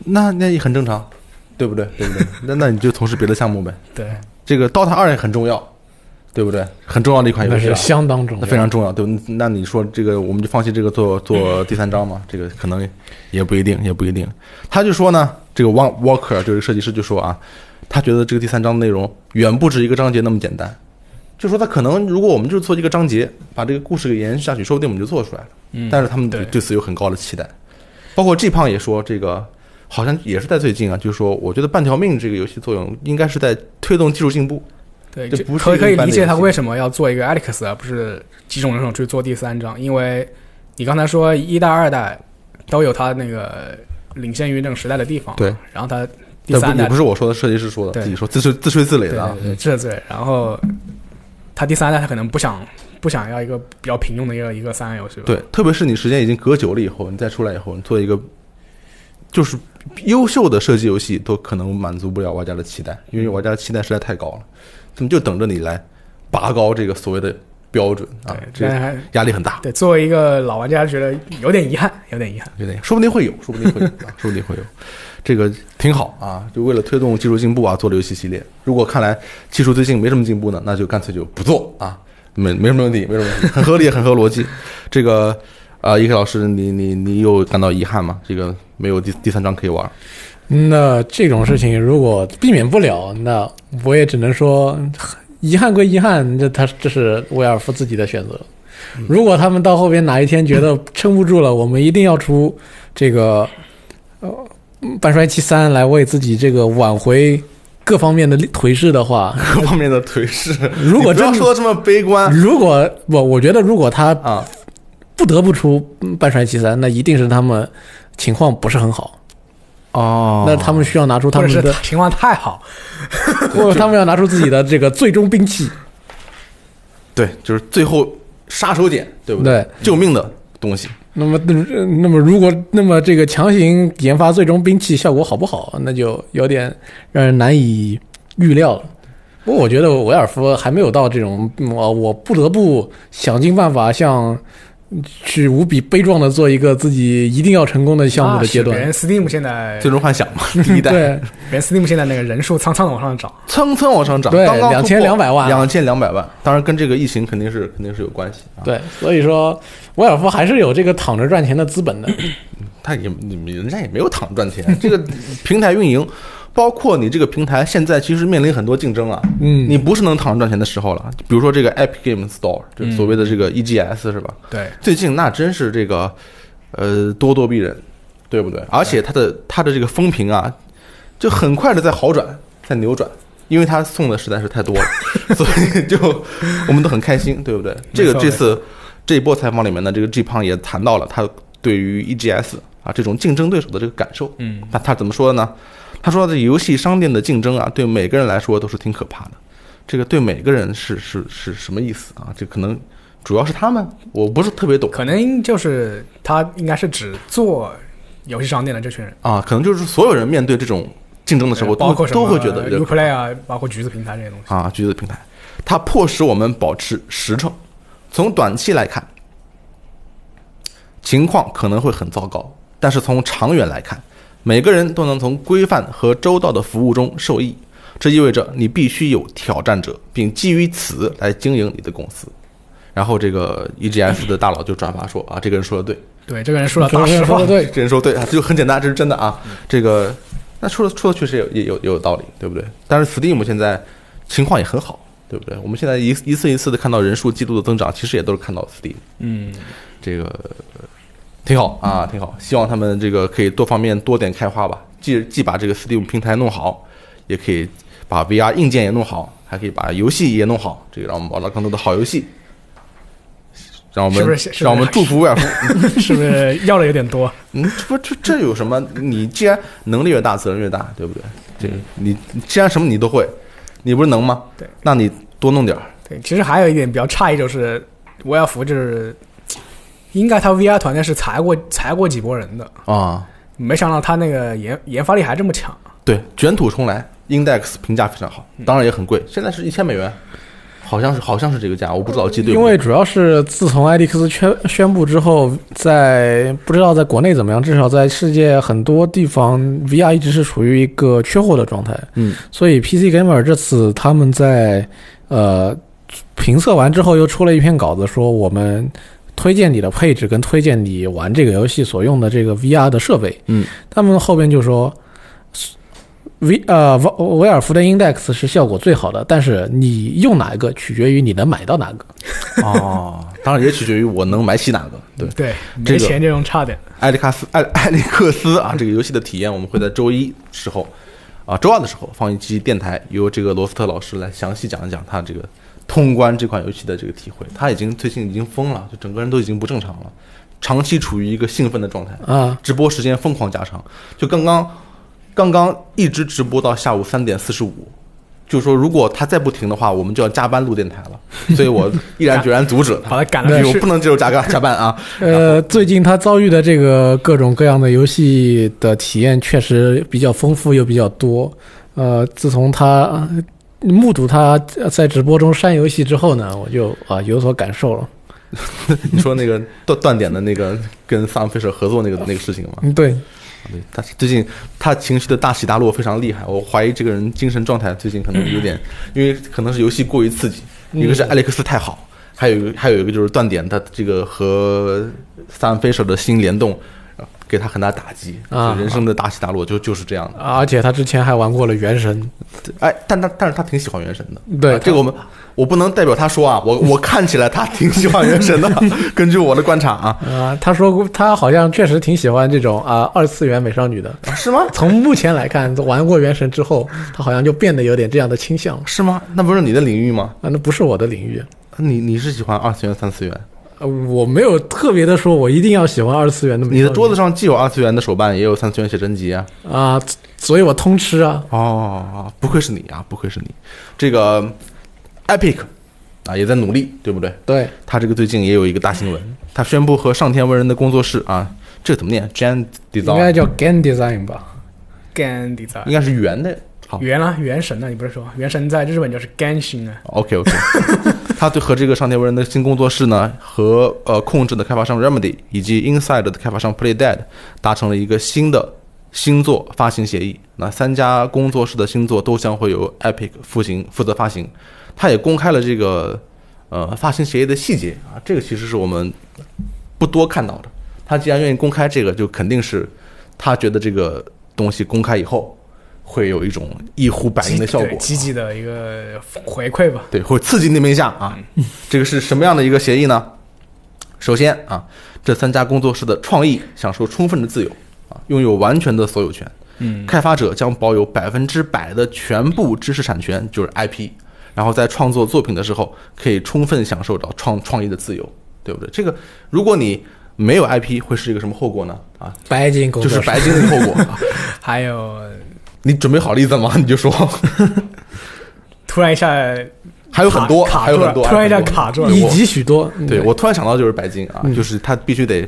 Speaker 1: 那那也很正常，对不对？对不对？那那你就从事别的项目呗。
Speaker 3: 对，
Speaker 1: 这个《DOTA 二》也很重要，对不对？很重要的一款游
Speaker 2: 那
Speaker 1: 戏、
Speaker 2: 是
Speaker 1: 啊，
Speaker 2: 相当重要，
Speaker 1: 那非常重要，对吧？那你说这个，我们就放弃这个做做第三章嘛？这个可能也不一定，也不一定。他就说呢，这个 Walk Walker 就是设计师就说啊，他觉得这个第三章内容远不止一个章节那么简单，就说他可能如果我们就做一个章节，把这个故事给延续下去，说不定我们就做出来了。
Speaker 3: 嗯
Speaker 1: 但是他们
Speaker 3: 对
Speaker 1: 对此有很高的期待，包括 G 胖也说这个。好像也是在最近啊，就是说，我觉得《半条命》这个游戏作用应该是在推动技术进步，
Speaker 3: 对，
Speaker 1: 这
Speaker 3: 就
Speaker 1: 不是
Speaker 3: 可以
Speaker 1: 一
Speaker 3: 可以
Speaker 1: 般的
Speaker 3: 理解
Speaker 1: 游
Speaker 3: 他
Speaker 1: 戏
Speaker 3: 为什么要做一个 Alex 而不是几种人手去做第三章，因为你刚才说一代、二代都有他那个领先于那个时代的地方，
Speaker 1: 对，
Speaker 3: 然后他第
Speaker 1: 但不
Speaker 3: 三
Speaker 1: 也
Speaker 3: 代
Speaker 1: 不是我说的，设计师说的，
Speaker 3: 对
Speaker 1: 自己说自吹自吹自擂
Speaker 3: 对
Speaker 1: 的啊
Speaker 3: 对，对，这对，然后他第三代他可能不想不想要一个比较平庸的一个一个三 A 游戏吧，
Speaker 1: 对，特别是你时间已经隔久了以后，你再出来以后，你做一个就是优秀的射击游戏，都可能满足不了玩家的期待，因为玩家的期待实在太高了，他们就等着你来拔高这个所谓的标准啊
Speaker 3: 对，，
Speaker 1: 这个
Speaker 3: 但还
Speaker 1: 压力很大，
Speaker 3: 对，作为一个老玩家，觉得有点遗憾，有点遗憾。
Speaker 1: 有点，说不定会有，说不定会有，啊，说不定会有，这个挺好啊，就为了推动技术进步啊，做了游戏系列。如果看来技术最近没什么进步呢，那就干脆就不做啊，没没什么问题，没什么问题，很合理，很合逻辑。这个呃，一 K 老师，你你你有感到遗憾吗？这个没有第第三章可以玩， <laughs>
Speaker 2: 那这种事情如果避免不了，那我也只能说遗憾归遗憾，这他这是威尔夫自己的选择。
Speaker 1: 嗯
Speaker 2: 如果他们到后边哪一天觉得撑不住了，我们一定要出这个呃《半衰期三》来为自己这个挽回各方面的颓势的话，
Speaker 1: 各方面的颓势。
Speaker 2: 如果
Speaker 1: 你不要
Speaker 2: 真
Speaker 1: 说的这么悲观
Speaker 2: 如果我我觉得如果他
Speaker 1: 啊，
Speaker 2: 不得不出嗯《半衰期三》，那一定是他们情况不是很好，
Speaker 1: 哦
Speaker 2: 那他们需要拿出他
Speaker 3: 或者
Speaker 2: 们
Speaker 3: 是
Speaker 2: 的，
Speaker 3: 情况太好，
Speaker 2: <laughs> 或者他们要拿出自己的这个最终兵
Speaker 3: <laughs>
Speaker 2: 器，
Speaker 1: 对，就是最后杀手锏，对不对？
Speaker 2: 对。
Speaker 1: 救命的东西，
Speaker 2: 那么，呃那么如果那么这个强行研发最终兵器效果好不好，那就有点让人难以预料了。不过，我觉得维尔夫还没有到这种嗯我我不得不想尽办法像去无比悲壮的做一个自己一定要成功的项目的阶段
Speaker 3: 那。啊是别人 Steam 现在，
Speaker 1: 最终幻想嘛，
Speaker 2: <laughs>
Speaker 1: 第一代。
Speaker 2: 对，
Speaker 3: 别人 Steam 现在那个人数苍苍的往上涨，
Speaker 1: 蹭蹭往上涨，
Speaker 2: 对
Speaker 1: 刚刚
Speaker 2: 2200万
Speaker 1: 两千两百万，当然跟这个疫情肯定是肯定是有关系啊。
Speaker 2: 对，所以说维尔夫还是有这个躺着赚钱的资本的。
Speaker 1: 他也你们人家也没有躺着赚钱，这个平台运营，包括你这个平台现在其实面临很多竞争啊，
Speaker 2: 嗯，
Speaker 1: 你不是能躺着赚钱的时候了。比如说这个 Epic Game Store，这
Speaker 2: 嗯
Speaker 1: 所谓的这个 EGS 是吧？
Speaker 3: 对，
Speaker 1: 最近那真是这个，呃，咄咄逼人，对不对？而且它的它的这个风评啊，就很快的在好转，在扭转，因为它送的实在是太
Speaker 3: <laughs>
Speaker 1: 多了，所以就我们都很开心，对不对？这个
Speaker 3: 没错
Speaker 1: 这次这一波采访里面呢，这个 G 胖也谈到了他对于 EGS 啊这种竞争对手的这个感受。
Speaker 3: 嗯，
Speaker 1: 那他怎么说呢？他说这游戏商店的竞争啊，对每个人来说都是挺可怕的。这个对每个人是是是什么意思啊？这可能主要是他们，我不是特别懂
Speaker 3: 可能就是他应该是只做游戏商店的这群人，
Speaker 1: 啊，可能就是所有人面对这种竞争的时候，
Speaker 3: 包
Speaker 1: 都
Speaker 3: 括什
Speaker 1: 都
Speaker 3: 么
Speaker 1: 会觉得有
Speaker 3: Uplay 啊，包括橘子平台这些东西，
Speaker 1: 啊，橘子平台，它迫使我们保持实诚。从短期来看，情况可能会很糟糕，但是从长远来看，每个人都能从规范和周到的服务中受益。这意味着你必须有挑战者，并基于此来经营你的公司。然后这个 EGF 的大佬就转发说啊，这个人说的对，
Speaker 3: 对，这个人说了大实
Speaker 2: 说
Speaker 3: 话
Speaker 2: 的，对，
Speaker 1: 这人说对啊，这就很简单，这是真的啊。这个那说的说的确实也有也有也有道理，对不对？但是 Steam 现在情况也很好，对不对？我们现在一一次一次的看到人数季度的增长，其实也都是看到 Steam
Speaker 3: 嗯，
Speaker 1: 这个呃挺好啊，挺好。希望他们这个可以多方面多点开花吧，既既把这个 Steam 平台弄好，也可以把 VR 硬件也弄好，还可以把游戏也弄好，这个让我们玩到更多的好游戏。让我们
Speaker 3: 是不是是不是
Speaker 1: 让我们祝福威尔夫
Speaker 2: 嗯
Speaker 3: 是不是要的有点多？
Speaker 1: 嗯，这不这这有什么？你既然能力越大，责任越大，对不对？这你你既然什么你都会，你不是能吗？
Speaker 3: 对，
Speaker 1: 那你多弄点儿。
Speaker 3: 对，其实还有一点比较诧异就是，维尔福就是应该他 VR 团队是裁过裁过几波人的，
Speaker 1: 啊。
Speaker 3: 没想到他那个研研发力还这么强。
Speaker 1: 对，卷土重来，Index 评价非常好，当然也很贵，现在是一千美元，好像是好像是这个价，我不知道记对
Speaker 2: 因
Speaker 1: 不对
Speaker 2: 为主要是自从 IDX 宣宣布之后，在不知道在国内怎么样，至少在世界很多地方，VR 一直是处于一个缺货的状态。
Speaker 1: 嗯，
Speaker 2: 所以 PC Gamer 这次他们在呃评测完之后，又出了一篇稿子，说我们推荐你的配置跟推荐你玩这个游戏所用的这个 VR 的设备。
Speaker 1: 嗯，
Speaker 2: 他们后边就说。V 呃，维维尔福的 Index 是效果最好的，但是你用哪一个取决于你能买到哪个。
Speaker 1: 哦，当然也取决于我能买起哪个。对，
Speaker 3: 对，
Speaker 1: 这
Speaker 3: 没
Speaker 1: 个啊
Speaker 3: 钱这种差点。
Speaker 1: 艾利卡斯艾艾利克斯啊，这个游戏的体验我们会在周一时候啊，周二的时候放一期电台，由这个罗斯特老师来详细讲一讲他这个通关这款游戏的这个体会。他已经最近已经疯了，就整个人都已经不正常了，长期处于一个兴奋的状态，
Speaker 2: 啊，
Speaker 1: 直播时间疯狂加长，就刚刚刚刚一直直播到下午三点四十五。就是说，如果他再不停的话，我们就要加班录电台了。所以我毅然决然阻
Speaker 3: <laughs>
Speaker 1: 止他，
Speaker 3: 把他赶了去
Speaker 1: 我不能接受加班加班啊！
Speaker 2: 呃，最近他遭遇的这个各种各样的游戏的体验确实比较丰富又比较多。呃，自从他呃目睹他在直播中删游戏之后呢，我就啊、有所感受了。
Speaker 1: <laughs> 你说那个断断点的那个跟萨姆菲舍合作那个那个事情吗？
Speaker 2: 嗯，对，
Speaker 1: 对，他最近他情绪的大起大落非常厉害，我怀疑这个人精神状态最近可能有点，因为可能是游戏过于刺激，一个是艾利克斯太好，还有一个还有一个就是断点他这个和萨姆菲舍的新联动。呃给他很大打击，
Speaker 2: 啊
Speaker 1: 就人生的大起大落就就是这样的。
Speaker 2: 而且他之前还玩过了《原神
Speaker 1: 哎，但他但是他挺喜欢原神的。
Speaker 2: 对
Speaker 1: 啊这个我们我不能代表他说啊，我我看起来他挺喜欢原神的， <laughs> 根据我的观察啊》，
Speaker 2: 啊，他说过他好像确实挺喜欢这种啊二次元美少女的。
Speaker 1: 是吗？
Speaker 2: 从目前来看，玩过《原神》之后，他好像就变得有点这样的倾向了。
Speaker 1: 是吗？那不是你的领域吗？
Speaker 2: 啊，那不是我的领域，
Speaker 1: 你你是喜欢二次元、三次元？
Speaker 2: 呃我没有特别的说，我一定要喜欢二次元的美少女。
Speaker 1: 你的桌子上既有二次元的手办，也有三次元写真集啊。
Speaker 2: 啊，所以我通吃啊。
Speaker 1: 哦，不愧是你啊，不愧是你。这个 Epic 啊也在努力，对不对？
Speaker 2: 对，
Speaker 1: 他这个最近也有一个大新闻，他宣布和上天文人的工作室啊，这个怎么念？Gen
Speaker 2: 应该
Speaker 1: Design
Speaker 2: 叫 game design 吧？
Speaker 3: Gan Design
Speaker 1: 应。该是圆的。好
Speaker 3: 原啊，原神呢、你不是说原神在日本就是 Genshin 啊？
Speaker 1: ，OK OK。他对和这个上天文人的新工作室呢，和呃控制的开发商 Remedy 以及 Inside 的开发商 Playdead 达成了一个新的星座发行协议。那三家工作室的星座都将会由 Epic 负行负责发行。他也公开了这个呃发行协议的细节啊，这个其实是我们不多看到的。他既然愿意公开这个，就肯定是他觉得这个东西公开以后会有一种一呼百应的效
Speaker 3: 对
Speaker 1: 果，
Speaker 3: 积极的一个回馈吧。
Speaker 1: 对，会刺激你们一下啊。这个是什么样的一个协议呢？首先啊，这三家工作室的创意享受充分的自由啊，拥有完全的所有权。
Speaker 3: 嗯，
Speaker 1: 开发者将保有百分之百的全部知识产权，就是 IP，然后在创作作品的时候可以充分享受到创创意的自由，对不对？这个如果你没有 IP，会是一个什么后果呢？啊，
Speaker 2: 白金工
Speaker 3: 哦
Speaker 1: 就
Speaker 2: 作室
Speaker 1: 是白金的后
Speaker 3: <laughs>
Speaker 1: 果。啊
Speaker 3: 还有
Speaker 1: 你准备好例子吗？你就说， <laughs>
Speaker 3: 突然一下
Speaker 1: 还有很多，
Speaker 3: 卡卡
Speaker 1: 还有
Speaker 3: 住
Speaker 1: 很
Speaker 3: 了，
Speaker 1: 多，
Speaker 3: 突然一下
Speaker 1: 还有很多
Speaker 3: 卡住了。
Speaker 2: 以及许多。
Speaker 1: 嗯
Speaker 2: 嗯
Speaker 1: 对我突然想到就是白金啊，就是他必须得，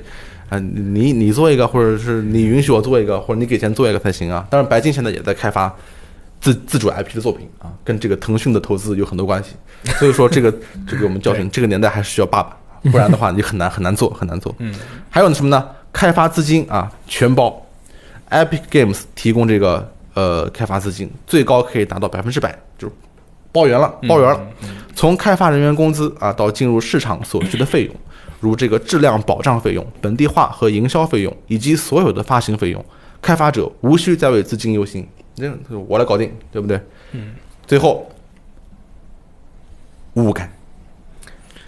Speaker 1: 啊、你你做一个，或者是你允许我做一个，或者你给钱做一个才行啊。当然，白金现在也在开发自自主 IP 的作品啊，跟这个腾讯的投资有很多关系。所以说， <laughs> 这个这个我们教训这个年代还是需要爸爸，不然的 <laughs> 话你很难很难做很难做。嗯，还有呢什么呢？开发资金啊，全包，Epic Games 提供这个呃开发资金，最高可以达到百分之百，就是包圆了，包圆了。从开发人员工资啊到进入市场所需的费用，如这个质量保障费用、本地化和营销费用，以及所有的发行费用，开发者无需再为资金忧心，这我来搞定，对不对？
Speaker 3: 嗯。
Speaker 1: 最后，五五开，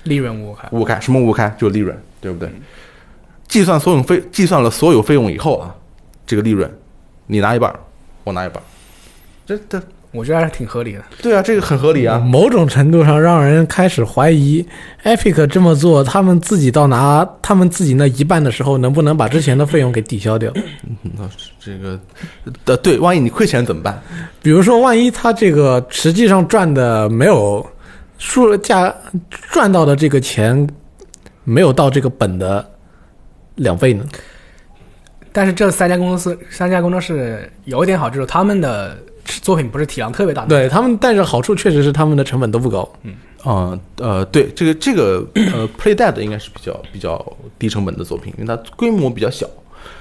Speaker 3: 利润无开，
Speaker 1: 五五开，什么五五开？就是利润，对不对？计算所有费，计算了所有费用以后啊，这个利润，你拿一半儿，我拿一半儿，这这
Speaker 3: 我觉得还是挺合理的。
Speaker 1: 对啊，这个很合理啊。
Speaker 2: 某种程度上让人开始怀疑，Epic 这么做，他们自己到拿他们自己那一半的时候，能不能把之前的费用给抵消掉？
Speaker 1: 那这个，呃，对，万一你亏钱怎么办？
Speaker 2: 比如说，万一他这个实际上赚的没有数价赚到的这个钱，没有到这个本的两倍呢？
Speaker 3: 但是这三家公司，三家工作室有一点好，就是他们的作品不是体量特别大的，
Speaker 2: 对他们，但是好处确实是他们的成本都不高。
Speaker 1: 啊、呃，对，这个这个呃，Playdead 应该是比较比较低成本的作品，因为它规模比较小。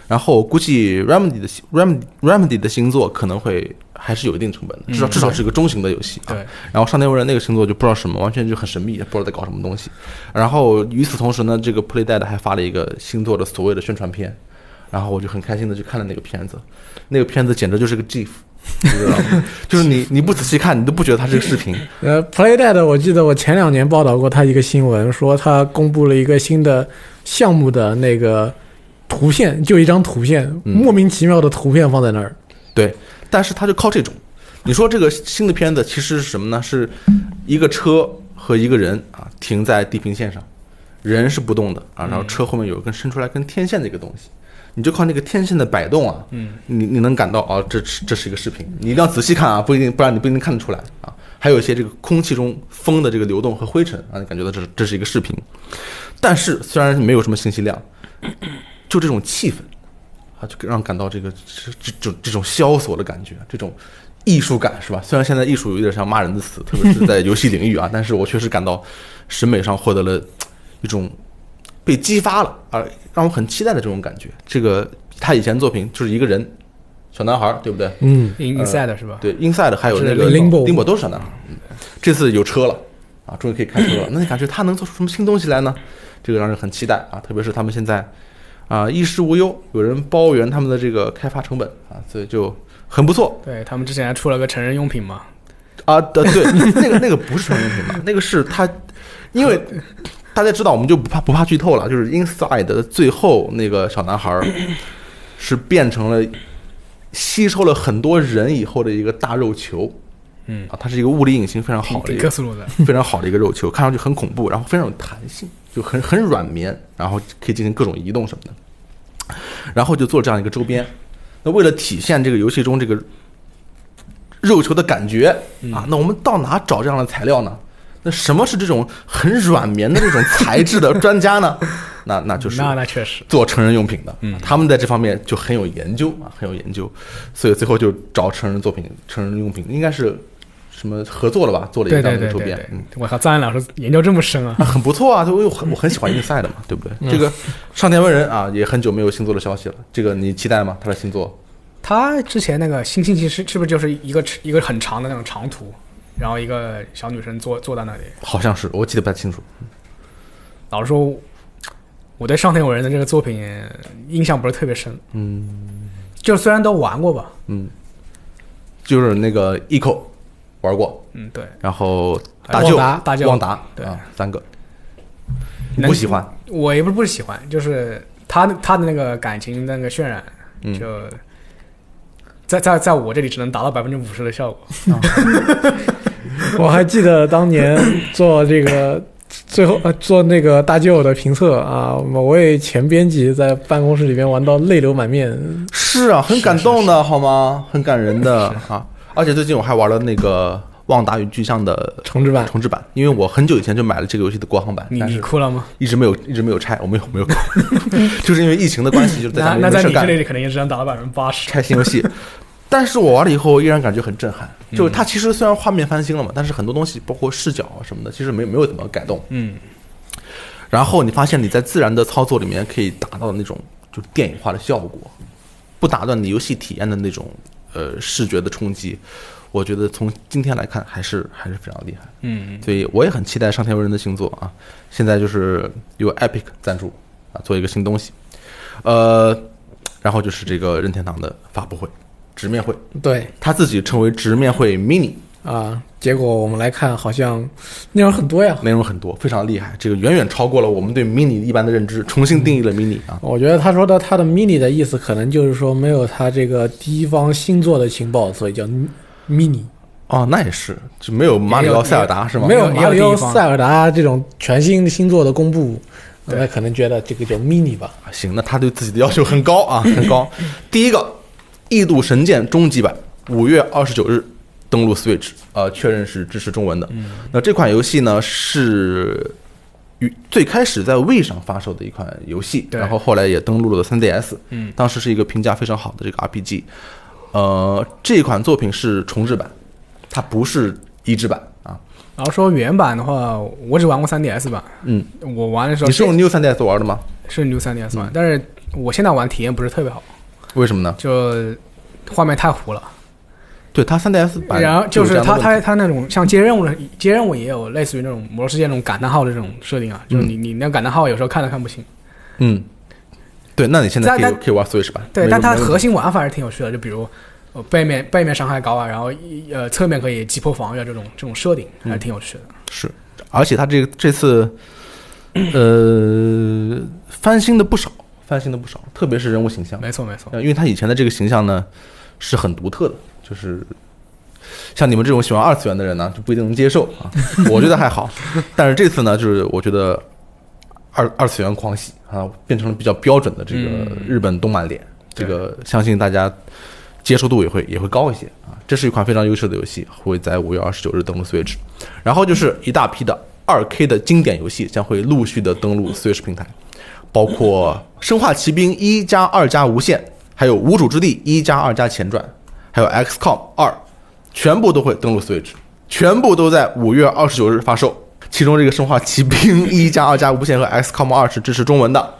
Speaker 1: 然后估计 Remedy 的 Remedy Remedy 的星座可能会还是有一定成本的，至少至少是一个中型的游戏、啊。
Speaker 3: 对。
Speaker 1: 然后上天文人那个星座就不知道什么，完全就很神秘，也不知道在搞什么东西。然后与此同时呢，这个 Playdead 还发了一个星座的所谓的宣传片，然后我就很开心的去看了那个片子，那个片子简直就是个 GIF，你知道吗？ <laughs> 就是你你不仔细看，你都不觉得它是个视频。
Speaker 2: 呃，Playdead，我记得我前两年报道过他一个新闻，说他公布了一个新的项目的那个图片，就一张图片，
Speaker 1: 嗯
Speaker 2: 莫名其妙的图片放在那儿。
Speaker 1: 对，但是他就靠这种。你说这个新的片子其实是什么呢？是一个车和一个人啊停在地平线上，人是不动的啊，然后车后面有一根伸出来跟天线的一个东西，你就靠那个天线的摆动啊，
Speaker 3: 嗯，
Speaker 1: 你你能感到啊，这是这是一个视频，你一定要仔细看啊，不一定不然你不一定看得出来啊。还有一些这个空气中风的这个流动和灰尘啊，你感觉到这是这是一个视频，但是虽然没有什么信息量，就这种气氛啊，就让感到这个这这这种这种萧索的感觉，这种艺术感是吧？虽然现在艺术有点像骂人的词，特别是在游戏领域啊，但是我确实感到审美上获得了一种被激发了，而让我很期待的这种感觉。这个他以前作品就是一个人，小男孩儿，对不对？
Speaker 2: 嗯，
Speaker 1: 呃
Speaker 3: In-，Inside 是吧？
Speaker 1: 对，Inside 还有那个
Speaker 2: 是 Limbo
Speaker 1: Limbo 都是小男孩儿。嗯这次有车了啊，终于可以开车了。那你感觉他能做出什么新东西来呢？这个让人很期待啊，特别是他们现在啊，衣食无忧，有人包圆他们的这个开发成本啊，所以就很不错
Speaker 3: 对他们之前还出了个成人用品嘛，
Speaker 1: 啊。对， <laughs> 对那个那个不是成人用品嘛，那个是他，因为大家知道，我们就不怕不怕剧透了，就是 Inside 的最后那个小男孩儿是变成了吸收了很多人以后的一个大肉球。
Speaker 3: 嗯，
Speaker 1: 啊，它是一个物理隐形非常好的
Speaker 3: 挺
Speaker 1: 一
Speaker 3: 克
Speaker 1: 个
Speaker 3: 苏鲁的，
Speaker 1: 非常好的一个肉球，看上去很恐怖，然后非常有弹性，就很很软绵，然后可以进行各种移动什么的。然后就做这样一个周边。那为了体现这个游戏中这个肉球的感觉
Speaker 3: 嗯
Speaker 1: 啊，那我们到哪找这样的材料呢？那什么是这种很软绵的这种材质的专家呢？ <laughs> 那那就是
Speaker 3: 那那确实，
Speaker 1: 做成人用品的，
Speaker 3: 嗯
Speaker 1: 他们在这方面就很有研究啊，很有研究，所以最后就找成人作品、成人用品，应该是什么合作了吧，做了一
Speaker 3: 对
Speaker 1: 个这
Speaker 3: 对
Speaker 1: 样的
Speaker 3: 对
Speaker 1: 周
Speaker 3: 对
Speaker 1: 边
Speaker 3: 对，
Speaker 1: 嗯，，
Speaker 3: 我靠，张安老师研究这么深啊，
Speaker 1: 啊， <laughs> 很不错啊，就我有很我很喜欢 Inside <laughs> 嘛，对不对？这个上田文人啊，也很久没有新作的消息了，这个你期待吗？他的新作
Speaker 3: 他之前那个新星期是是不是就是一个一个很长的那种长图，然后一个小女生坐坐在那里，
Speaker 1: 好像是，我记得不太清楚，
Speaker 3: 老实说，我对上田有人的这个作品印象不是特别深，
Speaker 1: 嗯
Speaker 3: 就虽然都玩过吧，
Speaker 1: 嗯，就是那个 Eco 玩过，
Speaker 3: 嗯，对，
Speaker 1: 然后
Speaker 3: 还
Speaker 1: 大
Speaker 3: 有
Speaker 1: 舅、
Speaker 3: 旺达大舅
Speaker 1: 旺达，
Speaker 3: 对
Speaker 1: 啊，三个，你
Speaker 3: 能
Speaker 1: 不喜欢，
Speaker 3: 我也不是不喜欢，就是他的他的那个感情那个渲染，
Speaker 1: 嗯
Speaker 3: 就在在在我这里只能达到百分之五十的效果。
Speaker 2: 我还记得当年做这个最后呃做那个大舅的评测啊，某位前编辑在办公室里面玩到泪流满面，
Speaker 1: 是啊，很感动的好吗？很感人的啊！而且最近我还玩了那个《旺达与巨像》的
Speaker 2: 重置版。
Speaker 1: 重置版，因为我很久以前就买了这个游戏的国行版，
Speaker 3: 你
Speaker 1: 但
Speaker 3: 你
Speaker 1: 是
Speaker 3: 哭了吗？
Speaker 1: 一直没有一直没有拆，我没有没有搞， <laughs> 就是因为疫情的关系，就是在家
Speaker 3: 那
Speaker 1: 里
Speaker 3: 那
Speaker 1: 没
Speaker 3: 在
Speaker 1: 事
Speaker 3: 你这
Speaker 1: 干
Speaker 3: 里可能也只能达到百分之八十。
Speaker 1: 拆新游戏。但是我玩了以后，依然感觉很震撼。
Speaker 3: 嗯
Speaker 1: 就是它其实虽然画面翻新了嘛，但是很多东西包括视角啊什么的，其实没有没有怎么改动。
Speaker 3: 嗯，
Speaker 1: 然后你发现你在自然的操作里面可以达到那种就电影化的效果，不打断你游戏体验的那种呃视觉的冲击，我觉得从今天来看还是还是非常厉害。
Speaker 3: 嗯，
Speaker 1: 所以我也很期待上天文人的新作啊！现在就是有 Epic 赞助啊，做一个新东西，呃，然后就是这个任天堂的发布会。直面会，
Speaker 2: 对
Speaker 1: 他自己称为直面会 mini，
Speaker 2: 啊，结果我们来看，好像内容很多呀。
Speaker 1: 内容很多，非常厉害。这个远远超过了我们对 mini 一般的认知，重新定义了 mini 啊。
Speaker 2: 我觉得他说的他的 mini 的意思，可能就是说没有他这个第一方星座的情报，所以叫 mini。
Speaker 1: 哦，那也是，就没有马里奥、塞尔达是吗？
Speaker 2: 没有
Speaker 3: 也有
Speaker 2: 马里
Speaker 3: 也有
Speaker 2: 奥、
Speaker 3: 地方
Speaker 2: 塞尔达这种全新的星座的公布，
Speaker 3: 对
Speaker 2: 那可能觉得这个叫 mini 吧。
Speaker 1: 啊行，那他对自己的要求很高啊，很
Speaker 3: <laughs>
Speaker 1: 高。第一个，《异度神剑》终极版，五月二十九日登陆 Switch，呃，确认是支持中文的。
Speaker 3: 嗯
Speaker 1: 那这款游戏呢是与最开始在 w 上发售的一款游戏，
Speaker 3: 对
Speaker 1: 然后后来也登陆了 3DS，
Speaker 3: 嗯，
Speaker 1: 当时是一个评价非常好的这个 RPG。呃，这款作品是重制版，它不是移植版啊。
Speaker 3: 然后说原版的话，我只玩过 3DS 版，
Speaker 1: 嗯，
Speaker 3: 我玩的时候
Speaker 1: 你是用嗯 New 3DS 玩的吗？
Speaker 3: 是 New 3DS 版，但是我现在玩体验不是特别好，
Speaker 1: 为什么呢？
Speaker 3: 就画面太糊了。
Speaker 1: 对，它 3DS 版
Speaker 3: 然后就
Speaker 1: 有这
Speaker 3: 是
Speaker 1: 样的
Speaker 3: 他
Speaker 1: 问题
Speaker 3: 他他那种像接任务的接任务也有类似于那种魔兽世界那种感叹号的这种设定啊，就是你你那感叹号有时候看都看不清。
Speaker 1: 嗯，对，那你现在可
Speaker 3: 但
Speaker 1: 以可以玩 Switch 版。
Speaker 3: 对，
Speaker 1: 没
Speaker 3: 但
Speaker 1: 有
Speaker 3: 它
Speaker 1: 没有
Speaker 3: 核心玩法还是挺有趣的，就比如呃背面背面伤害高啊，然后一呃侧面可以击破防御啊，这种这种设定还是挺有趣的。
Speaker 1: 是，而且它这个这次，呃，翻新的不少，翻新的不少，特别是人物形象，
Speaker 3: 没错没错，
Speaker 1: 呃因为它以前的这个形象呢是很独特的，就是。像你们这种喜欢二次元的人呢，就不一定能接受
Speaker 3: <laughs>
Speaker 1: 啊。我觉得还好，但是这次呢，就是我觉得二二次元狂喜啊，变成了比较标准的这个
Speaker 3: 嗯
Speaker 1: 日本动漫脸，这
Speaker 3: 对
Speaker 1: 个相信大家接受度也会也会高一些啊。这是一款非常优秀的游戏，会在五月二十九日登陆 Switch，然后就是一大批的二 K 的经典游戏将会陆续的登陆 Switch 平台，包括《生化奇兵一加二加无限》，还有《无主之地一加二加前传》，还有《XCOM 二》，全部都会登陆 Switch，全部都在五月二十九日发售。其中这个《生化奇兵一加二加无限》和《XCOM 二》是支持中文的。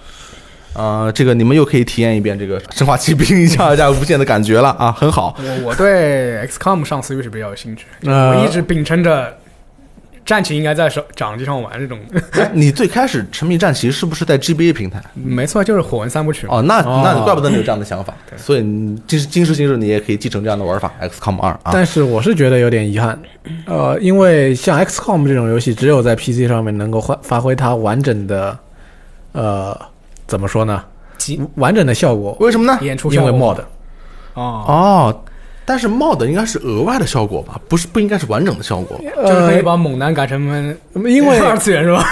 Speaker 1: 呃，这个你们又可以体验一遍这个《生化奇兵一加二加无限》的感觉了啊，很好。
Speaker 3: 我我对 XCOM 上 Switch 比较有兴趣，
Speaker 2: 呃
Speaker 3: 我一直秉承着战棋应该在手掌机上玩这种，
Speaker 1: 哎，你最开始沉迷战棋是不是在 GBA 平台？
Speaker 3: <laughs> 没错，就是火纹三部曲嘛。
Speaker 1: 哦，那
Speaker 2: 哦
Speaker 1: 那怪不得你有这样的想法。所以你今今时今日你也可以继承这样的玩法，XCOM 二啊。
Speaker 2: 但是我是觉得有点遗憾，呃，因为像 XCOM 这种游戏，只有在 PC 上面能够发发挥它完整的，呃，怎么说呢？
Speaker 3: 极
Speaker 2: 完整的效果，
Speaker 1: 为什么呢？
Speaker 3: 演出
Speaker 2: 因为
Speaker 3: 效果
Speaker 2: mod。
Speaker 3: 哦，
Speaker 1: 哦，但是 mod 应该是额外的效果吧，不是不应该是完整的效果。
Speaker 3: 就是可以
Speaker 2: 呃，
Speaker 3: 把猛男改成
Speaker 2: 因
Speaker 3: <laughs>
Speaker 2: 为
Speaker 3: 二次元是吧？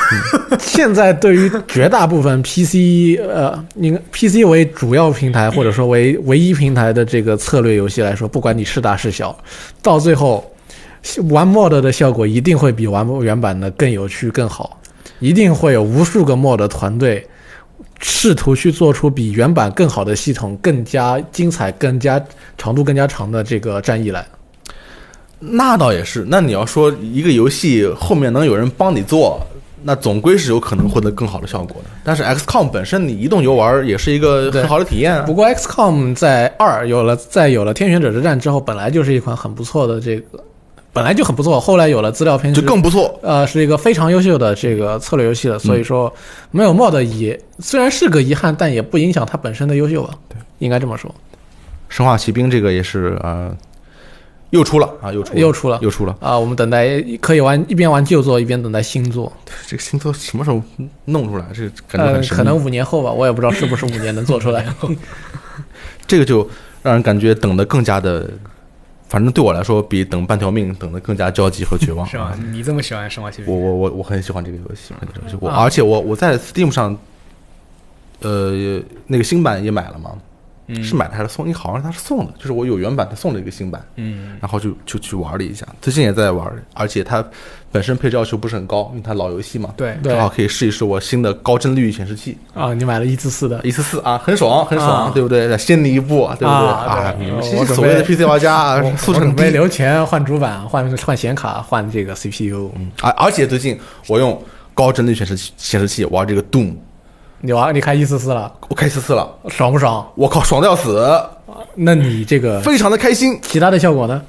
Speaker 2: 现在对于绝大部分 PC 呃，应 PC 为主要平台或者说为唯一平台的这个策略游戏来说，不管你是大是小，到最后玩 mod 的效果一定会比玩原版的更有趣更好，一定会有无数个 mod 团队试图去做出比原版更好的系统、更加精彩、更加长度更加长的这个战役来。
Speaker 1: 那倒也是，那你要说一个游戏后面能有人帮你做，那总归是有可能获得更好的效果的。但是 XCOM 本身你移动游玩儿也是一个
Speaker 2: 对
Speaker 1: 很好的体验啊
Speaker 2: 不。过 XCOM 在二有了，在有了天选者之战之后，本来就是一款很不错的这个，本来就很不错，后来有了资料片
Speaker 1: 就
Speaker 2: 之后
Speaker 1: 更嗯不错，
Speaker 2: 呃是一个非常优秀的这个策略游戏了，所以说没有 mod 也虽然是个遗憾，但也不影响它本身的优秀吧。对，应该这么说。
Speaker 1: 《生化奇兵》这个也是呃，又出了啊，又出
Speaker 2: 又出了
Speaker 1: 又出了。
Speaker 2: 啊、我们等待可以玩一边玩旧作一边等待新作，
Speaker 1: 这个新作什么时候弄出来？这个感觉
Speaker 2: 呃
Speaker 1: 很，神秘。
Speaker 2: 可能五年后吧，我也不知道是不是五年能做出
Speaker 1: <laughs>
Speaker 2: 来。
Speaker 1: 这个就让人感觉等的更加的，反正对我来说比等半条命等的更加焦急和绝望。
Speaker 3: 是吧？你这么喜欢《生化奇兵
Speaker 1: 我》？我我我很喜欢这个游戏，我很喜欢这个游戏我
Speaker 2: 啊
Speaker 1: 而且我我在 Steam 上，呃，那个新版也买了嘛，
Speaker 3: 嗯
Speaker 1: 是买的还是送？你好像他是送的，就是我有原版，他送了一个新版，
Speaker 3: 嗯，
Speaker 1: 然后就就去玩了一下。最近也在玩，而且它本身配置要求不是很高，因为它老游戏嘛，
Speaker 3: 对，
Speaker 2: 对
Speaker 1: 正好可以试一试我新的高帧率显示器，
Speaker 2: 啊，你买了一至四的，
Speaker 1: 一四四啊，很爽，很爽，
Speaker 2: 啊
Speaker 1: 对不对？再先你一步，对不对？
Speaker 2: 啊
Speaker 1: 啊，
Speaker 2: 对
Speaker 1: 你
Speaker 2: 我
Speaker 1: 们
Speaker 2: 我
Speaker 1: 这些
Speaker 2: 准
Speaker 1: 所谓的
Speaker 2: 备
Speaker 1: PC 玩家啊
Speaker 2: 我，
Speaker 1: 素
Speaker 2: 我
Speaker 1: 质很
Speaker 2: 准
Speaker 1: 低
Speaker 2: 备。留钱换主板、换换显卡、换这个 CPU。
Speaker 1: 嗯而而且最近我用高帧率显示器显示器玩这个 Doom，
Speaker 2: 你玩你开一四四了，
Speaker 1: 我开四四了，
Speaker 2: 爽不爽？
Speaker 1: 我靠，爽的要死，
Speaker 2: 那你这个
Speaker 3: 嗯
Speaker 1: 非常的开心。
Speaker 2: 其他的效果呢？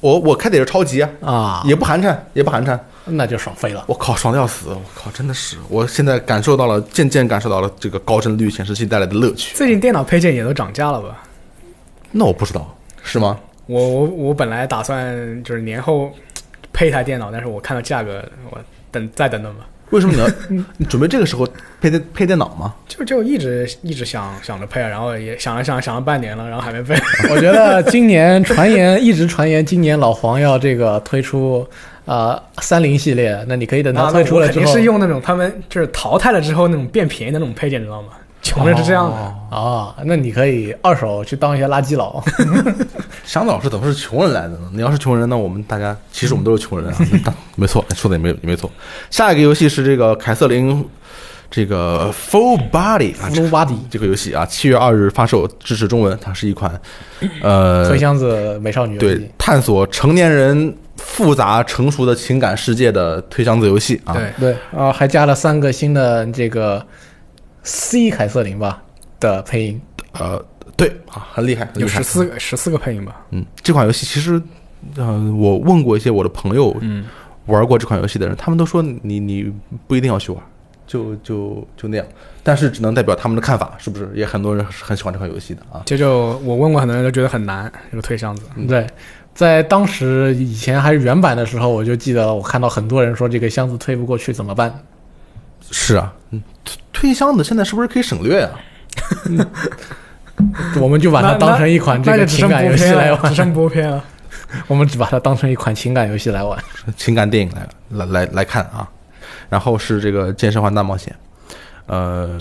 Speaker 1: 我我开的也是超级啊，
Speaker 2: 啊，
Speaker 1: 也不寒碜，也不寒碜。
Speaker 2: 那就爽飞了。
Speaker 1: 我靠，爽的要死！我靠，真的是，我现在感受到了，渐渐感受到了这个高帧率显示器带来的乐趣。
Speaker 3: 最近电脑配件也都涨价了吧？
Speaker 1: 那我不知道是吗？
Speaker 3: 我我我本来打算就是年后配一台电脑，但是我看到价格，我等再等等吧。
Speaker 1: 为什么你要你准备这个时候配电配电脑吗？
Speaker 3: 就就一直一直想想着配，啊然后也想了想想了半年了，然后还没配。
Speaker 2: 我觉得今年传言一直传言，今年老黄要这个推出呃三菱系列，那你可以等它
Speaker 3: 啊那
Speaker 2: 推出
Speaker 3: 我
Speaker 2: 了
Speaker 3: 肯
Speaker 2: 之
Speaker 3: 定
Speaker 2: 后
Speaker 3: 是用那种他们就是淘汰了之后那种变便宜的那种配件，你知道吗？穷人是这样的，
Speaker 2: 啊，那你可以二手去当一下垃圾佬。
Speaker 1: 祥子老师怎么是穷人来的呢？你要是穷人，那我们大家其实我们都是穷人
Speaker 2: <laughs>
Speaker 1: 啊，那没错，说的也没有也没错。下一个游戏是这个凯瑟琳，这个 Full Body 啊
Speaker 2: Full Body
Speaker 1: 这个游戏啊，七月二日发售，支持中文，它是一款呃
Speaker 2: 推箱子美少女游
Speaker 1: 对
Speaker 2: 戏，
Speaker 1: 探索成年人复杂成熟的情感世界的推箱子游戏啊。
Speaker 3: 对，
Speaker 2: 对啊，还加了三个新的这个 C 凯瑟琳吧的配音。
Speaker 1: 呃，对啊，很厉害，很厉
Speaker 3: 有
Speaker 1: 害
Speaker 3: 十。四个十四个配音吧。
Speaker 1: 嗯，这款游戏其实，呃，我问过一些我的朋友，
Speaker 3: 嗯，
Speaker 1: 玩过这款游戏的人，他们都说你你不一定要去玩，就就就那样。但是只能代表他们的看法，是不是？也很多人是很喜欢这款游戏的啊。
Speaker 3: 这就我问过很多人都觉得很难，这个推箱子。
Speaker 2: 对，在当时以前还是原版的时候，我就记得我看到很多人说这个箱子推不过去怎么办？
Speaker 1: 是啊，嗯，推推箱子现在是不是可以省略啊？
Speaker 2: <laughs> 我们就把它
Speaker 3: 那
Speaker 2: 当成一款这
Speaker 3: 那
Speaker 2: 个
Speaker 3: 就只
Speaker 2: 情
Speaker 3: 剩
Speaker 2: 感
Speaker 3: 播
Speaker 2: 游戏
Speaker 3: 片
Speaker 2: 来
Speaker 3: 了，只
Speaker 2: 玩，
Speaker 3: 剩播片了。
Speaker 2: <laughs> 我们只把它当成一款情感游戏来玩。
Speaker 1: 情感电影来来来来看啊。然后是这个《健身环大冒险》，呃，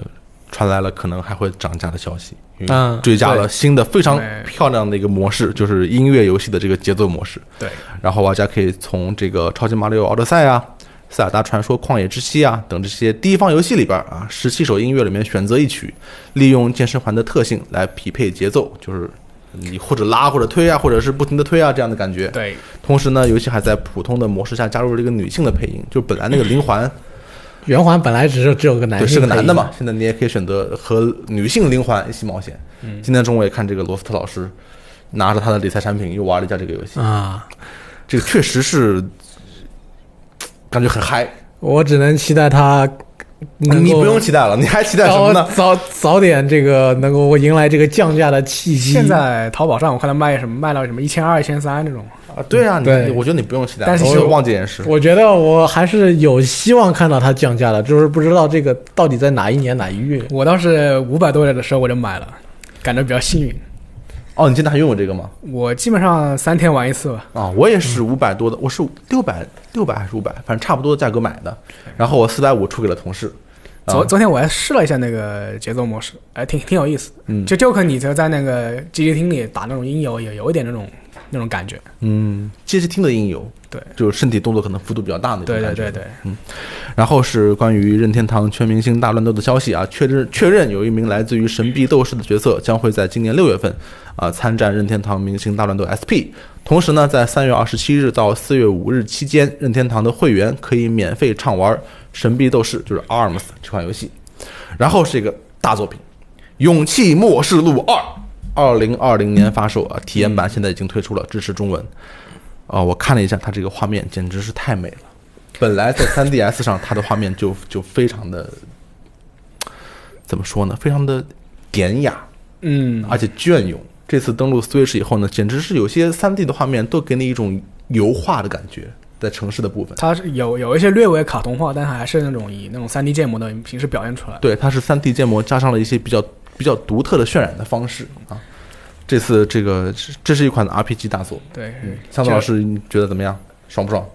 Speaker 1: 传来了可能还会涨价的消息，因
Speaker 2: 嗯
Speaker 1: 为追加了
Speaker 2: 对
Speaker 1: 新的非常
Speaker 3: 对
Speaker 1: 漂亮的一个模式，就是音乐游戏的这个节奏模式。
Speaker 3: 对，
Speaker 1: 然后玩家可以从这个《超级马里奥奥德赛》啊、《塞尔达传说：旷野之息》啊等这些第一方游戏里边啊，十七首音乐里面选择一曲，利用健身环的特性来匹配节奏，就是你或者拉或者推啊，或者是不停的推啊这样的感觉。
Speaker 3: 对，
Speaker 1: 同时呢，游戏还在普通的模式下加入了一个女性的配音，就本来那个灵环
Speaker 2: 圆环本来只是只有个男
Speaker 1: 对是
Speaker 2: 性，
Speaker 1: 个男的嘛，，现在你也可以选择和女性灵环一起冒险。今天中午也看这个罗斯特老师拿着他的
Speaker 3: 啊
Speaker 1: 理财产品又玩了一下这个游戏，
Speaker 2: 啊，
Speaker 1: 这个确实是感觉很嗨。
Speaker 2: 我只能期待它能
Speaker 1: 你
Speaker 2: 够
Speaker 1: 不用期待了，你还期待什
Speaker 2: 让
Speaker 1: 么
Speaker 2: 我
Speaker 1: 呢？ <laughs>
Speaker 2: 早早点这个能够迎来这个降价的契机。
Speaker 3: 现在淘宝上我看它卖什么卖到什么一千二、一千三这种，
Speaker 1: 啊，对啊，
Speaker 2: 对
Speaker 1: 你我觉得你不用期待，哦
Speaker 3: 但是
Speaker 1: 我
Speaker 3: 是
Speaker 1: 忘记这件事。
Speaker 2: 我觉得我还是有希望看到它降价的，就是不知道这个到底在哪一年哪一月。
Speaker 3: 我当时五百多的时候我就买了，感觉比较幸运。
Speaker 1: 哦，你现在还用我这个吗？
Speaker 3: 我基本上三天玩一次吧，
Speaker 1: 啊，我也是五百多的，我是六百六百还是五百，反正差不多的价格买的。然后我四百五出给了同事。啊
Speaker 3: 昨昨天我还试了一下那个节奏模式，哎，挺挺有意思的。
Speaker 1: 嗯
Speaker 3: 就就可你就在那个机器厅里打那种音游，也有一点那种那种感觉。
Speaker 1: 嗯，街机厅的音游，
Speaker 3: 对，
Speaker 1: 就是身体动作可能幅度比较大那种
Speaker 3: 对
Speaker 1: 感
Speaker 3: 对
Speaker 1: 觉。
Speaker 3: 对对，
Speaker 1: 然后是关于任天堂全明星大乱斗的消息啊，确认确认有一名来自于神秘斗士的角色将会在今年六月份啊、参战任天堂明星大乱斗 SP。同时呢，在三月二十七日到四月五日期间，任天堂的会员可以免费畅玩《神秘斗士》就是 ARMS 这款游戏。然后是一个大作品，《勇气末世录二》，二零二零年发售啊，体验版现在已经推出了，支持中文。啊、我看了一下它这个画面，简直是太美了。本来在 3DS 上，它的画面就就非常的怎么说呢？非常的典雅，
Speaker 3: 嗯，
Speaker 1: 而且隽永。这次登陆 Switch 以后呢，简直是有些 3D 的画面都给你一种油画的感觉，在城市的部分。
Speaker 3: 它是有有一些略微卡通化，但它还是那种以那种三 D 建模的形式表现出来。
Speaker 1: 对，它是 3D 建模加上了一些比较比较独特的渲染的方式啊。这次这个这这是一款 RPG 大作，
Speaker 3: 对，
Speaker 1: 嗯，向子老师你觉得怎么样？爽不爽？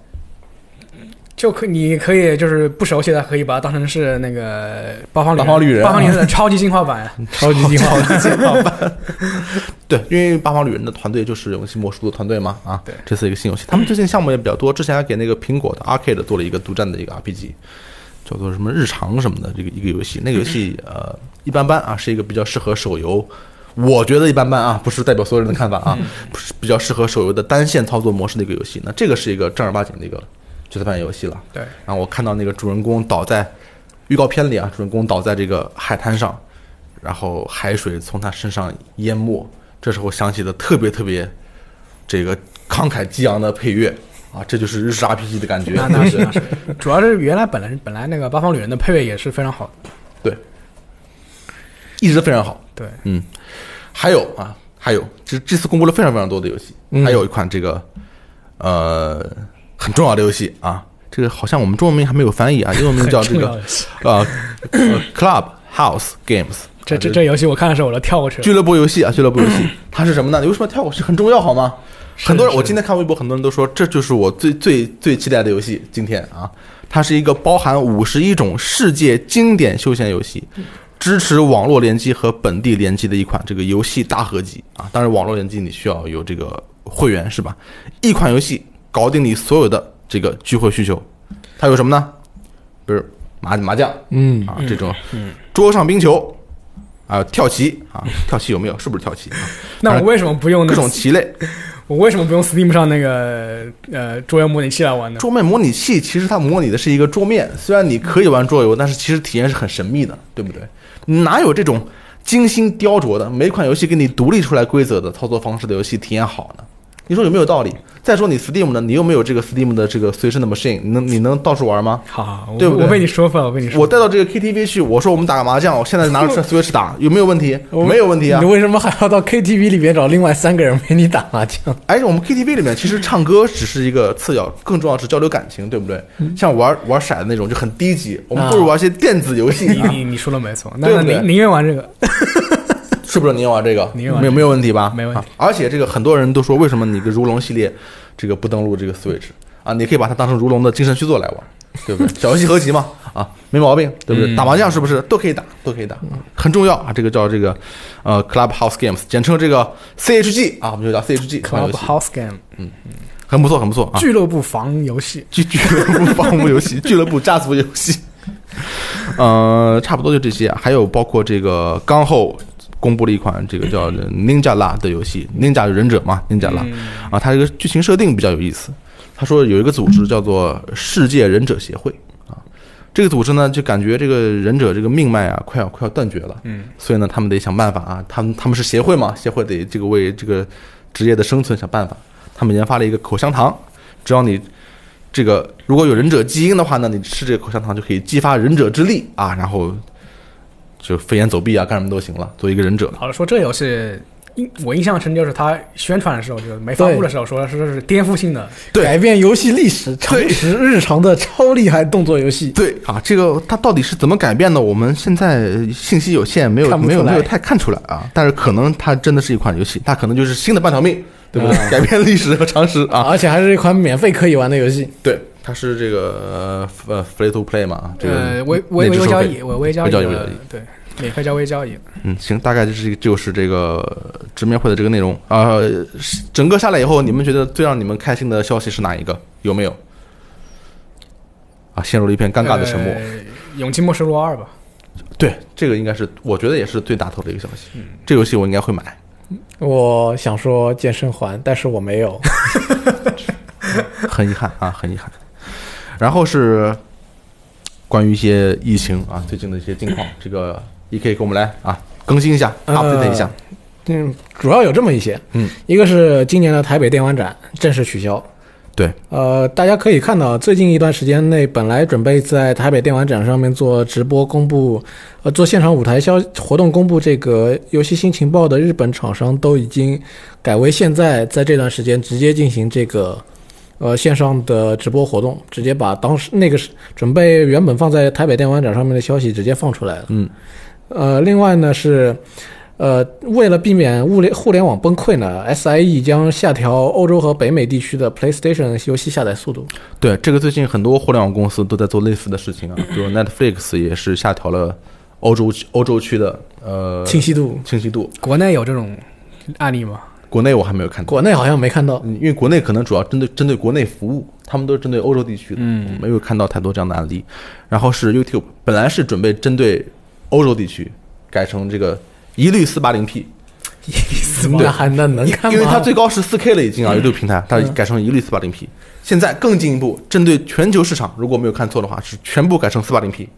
Speaker 3: 就可你可以就是不熟悉的，可以把它当成是那个八方
Speaker 1: 八方旅人
Speaker 3: 八方旅人的超级进
Speaker 1: <laughs>
Speaker 3: 化版。
Speaker 2: 超级进化
Speaker 1: 对，因为八方旅人的团队就是游戏魔术的团队嘛，啊，
Speaker 3: 对
Speaker 1: 这是一个新游戏，他们最近项目也比较多，之前还给那个苹果的 Arcade 做了一个独占的一个 RPG，叫做什么日常什么的这个一个游戏，那个游戏呃一般般啊，是一个比较适合手游。我觉得一般般啊，不是代表所有人的看法啊，不是比较适合手游的单线操作模式的一个游戏。那这个是一个正儿八经的一个角色扮演游戏了。
Speaker 3: 对，
Speaker 1: 然后我看到那个主人公倒在预告片里啊，主人公倒在这个海滩上，然后海水从他身上淹没。这时候响起的特别特别这个慷慨激昂的配乐啊，这就是日式 RPG 的感觉。
Speaker 3: 那那是那是，主要是原来本来本来那个八方旅人的配乐也是非常好的。
Speaker 1: <laughs> 对，一直非常好。
Speaker 3: 对，
Speaker 1: 嗯，还有啊，还有这这次公布了非常非常多的游戏，
Speaker 3: 嗯
Speaker 1: 还有一款这个呃很重要的游戏啊，这个好像我们中文名还没有翻译啊，英文名叫这
Speaker 3: 很重要
Speaker 1: 个
Speaker 3: 的
Speaker 1: 呃呃 Club House Games。
Speaker 3: 这这
Speaker 1: 啊
Speaker 3: 这游戏我看的时候我都跳过去了。
Speaker 1: 俱乐部游戏啊，俱乐部游戏，它是什么呢？为什么跳过去很重要好吗？很多人，我今天看微博，很多人都说这就是我最最最期待的游戏。今天啊，它是一个包含五十一种世界经典休闲游戏，支持网络联机和本地联机的一款这个游戏大合集啊。当然，网络联机你需要有这个会员是吧？一款游戏搞定你所有的这个聚会需求，它有什么呢？比如麻麻将，
Speaker 2: 嗯
Speaker 1: 啊，这种桌上冰球啊，跳棋啊，跳棋有没有？是不是跳棋？啊
Speaker 3: 那我为什么不用那
Speaker 1: 各
Speaker 3: 个
Speaker 1: 种棋类，
Speaker 3: 我为什么不用 Steam 上那个呃桌游模拟器来玩呢？
Speaker 1: 桌面模拟器其实它模拟的是一个桌面，虽然你可以玩桌游，但是其实体验是很神秘的，对不对？哪有这种精心雕琢的每款游戏给你独立出来规则的操作方式的游戏体验好呢？你说有没有道理？再说你 Steam 呢，你又没有这个 Steam 的这个随身的 machine，你能你能到处玩吗？
Speaker 3: 好好，好我
Speaker 1: 对不对
Speaker 3: 我被你说服了，我被你说
Speaker 1: 我
Speaker 3: 服了。
Speaker 1: 带到这个 KTV 去，我说我们打个麻将，我现在拿着 Switch 打，有没有问题？没有问题啊
Speaker 2: 你！为什么还要到 KTV 里边找另外三个人陪你打麻将？
Speaker 1: 而且哎我们 KTV 里面其实唱歌只是一个次要，更重要是交流感情，对不对？
Speaker 3: 嗯
Speaker 1: 像玩玩骰子那种就很低级，我们不如玩一些电子游戏，
Speaker 3: 啊你你你说的没错，那
Speaker 1: 对
Speaker 3: 那
Speaker 1: 不对
Speaker 3: 宁宁愿玩这个，
Speaker 1: <laughs> 是不是？你也玩这个，
Speaker 3: 你也玩
Speaker 1: 没有没有问题吧？
Speaker 3: 没问题
Speaker 1: 啊而且这个很多人都说，为什么你个如龙系列这个不登录这个 Switch 啊？你可以把它当成如龙的精神续作来玩，对不对？小游戏合集嘛，啊，没毛病，对不
Speaker 3: 嗯
Speaker 1: 对？打麻将是不是都可以打，都可以打，很重要啊！这个叫这个呃 Clubhouse Games，简称这个 CHG 啊，我们就叫 CHG 这款游
Speaker 3: Club
Speaker 1: 戏，
Speaker 3: House Game
Speaker 1: 很不错，很不错啊。
Speaker 3: 俱乐部房游戏。
Speaker 1: <laughs> 俱俱乐部房屋游戏、俱乐部家族游戏，呃，差不多就这些啊。还有包括这个刚后公布了一款这个叫 Ninja 啦的游戏，Ninja 忍者嘛，Ninja 啦啊，它这个剧情设定比较有意思。他说有一个组织叫做世界忍者协会啊，这个组织呢就感觉这个忍者这个命脉啊快要快要断绝了，
Speaker 3: 嗯，
Speaker 1: 所以呢他们得想办法啊，他们他们是协会嘛，协会得这个为这个职业的生存想办法。他们研发了一个口香糖，只要你这个如果有忍者基因的话，那你吃这个口香糖就可以激发忍者之力啊，然后就飞檐走壁啊，干什么都行了，做一个忍者。
Speaker 3: 好了，说这游戏。印我印象深就是他宣传的时候，就是没发布的时候说说是颠覆性的，
Speaker 1: 对
Speaker 2: 改变游戏历史、常
Speaker 1: 对
Speaker 2: 识日常的超厉害动作游戏。
Speaker 1: 对啊，这个它到底是怎么改变的？我们现在信息有限，没有
Speaker 2: 看不出
Speaker 1: 没有
Speaker 2: 来
Speaker 1: 没有太看出来啊。但是可能它真的是一款游戏，它可能就是新的半条命，对不对？<laughs>
Speaker 2: 啊
Speaker 1: 改变历史和常识啊。
Speaker 2: 而且还是一款免费可以玩的游戏，
Speaker 1: 对，它是这个呃 free to play 嘛，啊这
Speaker 3: 呃，
Speaker 1: 个
Speaker 3: 微微
Speaker 1: 内置
Speaker 3: 微
Speaker 1: 收
Speaker 3: 交
Speaker 1: 费
Speaker 3: 易，微微交
Speaker 1: 微
Speaker 3: 易
Speaker 1: 交易
Speaker 3: 的
Speaker 1: 微交易，
Speaker 3: 对，免费交微交易的，
Speaker 1: 嗯，行，大概就是这个就是这个呃直面会的这个内容啊、呃是整个下来以后，你们觉得最让你们开心的消息是哪一个？有没有？啊，陷入了一片尴尬的沉默。
Speaker 3: 呃勇气末世录二吧，
Speaker 1: 对，这个应该是我觉得也是最大头的一个消息。
Speaker 3: 嗯
Speaker 1: 这游戏我应该会买。
Speaker 2: 我想说健身环，但是我没有。
Speaker 1: 很遗憾啊，很遗憾。然后是关于一些疫情啊，最近的一些近况，这个 E K 给我们来啊更新一下
Speaker 2: 呃
Speaker 1: ，update 一下。
Speaker 2: 嗯，主要有这么一些，
Speaker 1: 嗯，
Speaker 2: 一个是今年的台北电玩展正式取消。
Speaker 1: 对，
Speaker 2: 呃，大家可以看到，最近一段时间内，本来准备在台北电玩展上面做直播公布，呃，做现场舞台消活动公布这个游戏新情报的日本厂商，都已经改为现在在这段时间直接进行这个呃线上的直播活动，直接把当时那个是准备原本放在台北电玩展上面的消息直接放出来了。
Speaker 1: 嗯，
Speaker 2: 呃，另外呢是，呃，为了避免物联互联网崩溃呢，SIE 将下调欧洲和北美地区的 PlayStation 游戏下载速度。
Speaker 1: 对，这个最近很多互联网公司都在做类似的事情啊，比如
Speaker 2: <laughs>
Speaker 1: Netflix 也是下调了欧洲区欧洲区的呃
Speaker 2: 清晰度，
Speaker 1: 清晰度。
Speaker 3: 国内有这种案例吗？
Speaker 1: 国内我还没有看到，
Speaker 2: 国内好像没看到。
Speaker 1: 嗯因为国内可能主要针对针对国内服务，他们都是针对欧洲地区的，嗯，没有看到太多这样的案例。然后是 YouTube，本来是准备针对欧洲地区，改成这个一律四八零 P，
Speaker 3: <laughs>
Speaker 2: 那还那能看吗？
Speaker 1: 因为它最高是四 K 了已经啊，YouTube 平台它改成一律四八零 P。现在更进一步，针对全球市场，如果没有看错的话，是全部改成四八零 P。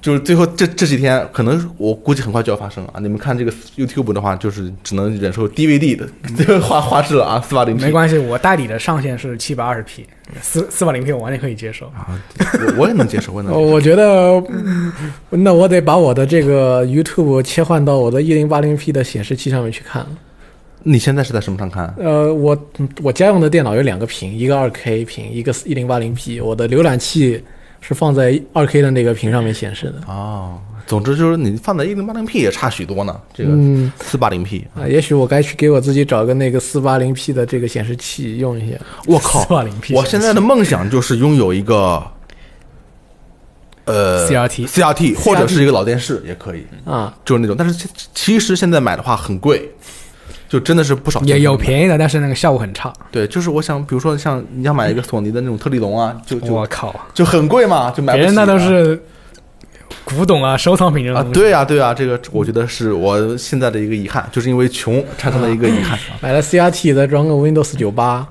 Speaker 1: 就是最后这这几天，可能我估计很快就要发生啊！你们看这个 YouTube 的话，就是只能忍受 DVD 的 <laughs> 这个画画质了啊，四八零 P。
Speaker 3: 没关系，我代理的上限是七百二十 P，四四百零 P 我完全可以接受。
Speaker 1: 啊，我我也能接受，我也能
Speaker 2: 呃，
Speaker 1: 接受。
Speaker 2: 我觉得，嗯那我得把我的这个 YouTube 切换到我的一零八零 P 的显示器上面去看。
Speaker 1: <laughs> 你现在是在什么上看？啊
Speaker 2: 呃，我我家用的电脑有两个屏，一个二 K 屏，一个一零八零 P。我的浏览器是放在二 K 的那个屏上面显示的。
Speaker 1: 哦，总之就是你放在一零八零 P 也差许多呢，这个
Speaker 2: 嗯
Speaker 1: 四八零 P。
Speaker 2: 啊，也许我该去给我自己找个那个四八零 P 的这个显示器用一下。
Speaker 1: <laughs> 我靠
Speaker 3: 四八零 P，
Speaker 1: 我现在的梦想就是拥有一个，呃
Speaker 3: CRT
Speaker 1: CRT 或者是一个老电视也可以，
Speaker 3: 嗯
Speaker 2: 啊，
Speaker 1: 就是那种。但是其其实现在买的话很贵，就真的是不少钱。
Speaker 3: 也有便宜的，但是那个效果很差。
Speaker 1: 对，就是我想，比如说像你想买一个索尼的那种特立龙啊，就
Speaker 3: 我
Speaker 1: 就
Speaker 3: 靠，
Speaker 1: 就很贵嘛，就买不
Speaker 3: 别
Speaker 1: 起啊。
Speaker 3: 人那都是古董啊、收藏品这种
Speaker 1: 啊
Speaker 3: 东，西。
Speaker 1: 对呀、对呀、这个我觉得是我现在的一个遗憾，就是因为穷产生了一个遗憾。
Speaker 3: 嗯
Speaker 1: 啊
Speaker 2: 买了 CRT 再装个 Windows 九八，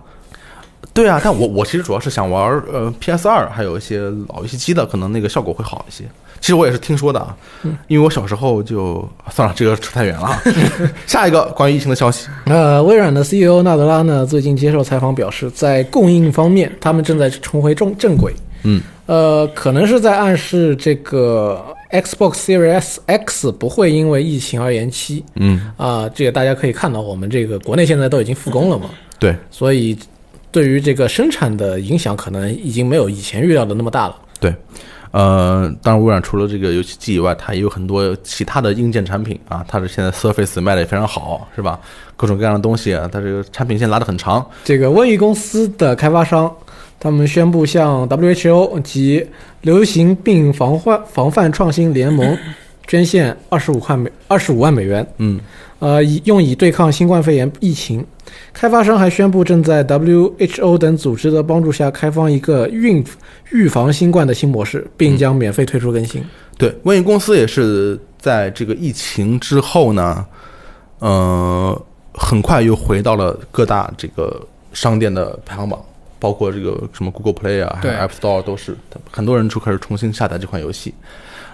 Speaker 1: 对啊，但我我其实主要是想玩呃 PS 二，还有一些老游戏机的，可能那个效果会好一些。其实我也是听说的啊，
Speaker 3: 嗯
Speaker 1: 因为我小时候就啊算了，这个扯太远了
Speaker 3: <laughs>
Speaker 1: 啊。下一个关于疫情的消息，
Speaker 2: 呃，微软的 CEO 纳德拉呢，最近接受采访表示，在供应方面，他们正在重回正正轨。
Speaker 1: 嗯，
Speaker 2: 呃，可能是在暗示这个 Xbox Series X 不会因为疫情而延期
Speaker 1: 嗯，
Speaker 2: 啊、这个大家可以看到，我们这个国内现在都已经复工了嘛，
Speaker 1: 对，
Speaker 2: 所以对于这个生产的影响，可能已经没有以前预料的那么大了。
Speaker 1: 对，呃，当然微软除了这个游戏机以外，它也有很多其他的硬件产品啊，它是现在 Surface 卖的也非常好，是吧？各种各样的东西，啊它这个产品线拉得很长，
Speaker 2: 这个瘟疫公司的开发商，他们宣布向 WHO 及流行病防患防范创新联盟 <coughs> 捐献二十五块美二十五万美元，
Speaker 1: 嗯，
Speaker 2: 呃，以用以对抗新冠肺炎疫情。开发商还宣布正在 WHO 等组织的帮助下开放一个运预防新冠的新模式，并将免费推出更新。
Speaker 1: 对，瘟疫公司也是在这个疫情之后呢，呃，很快又回到了各大这个商店的排行榜，包括这个什么 Google Play 啊，还有
Speaker 3: 对
Speaker 1: App Store 都是，很多人就开始重新下载这款游戏。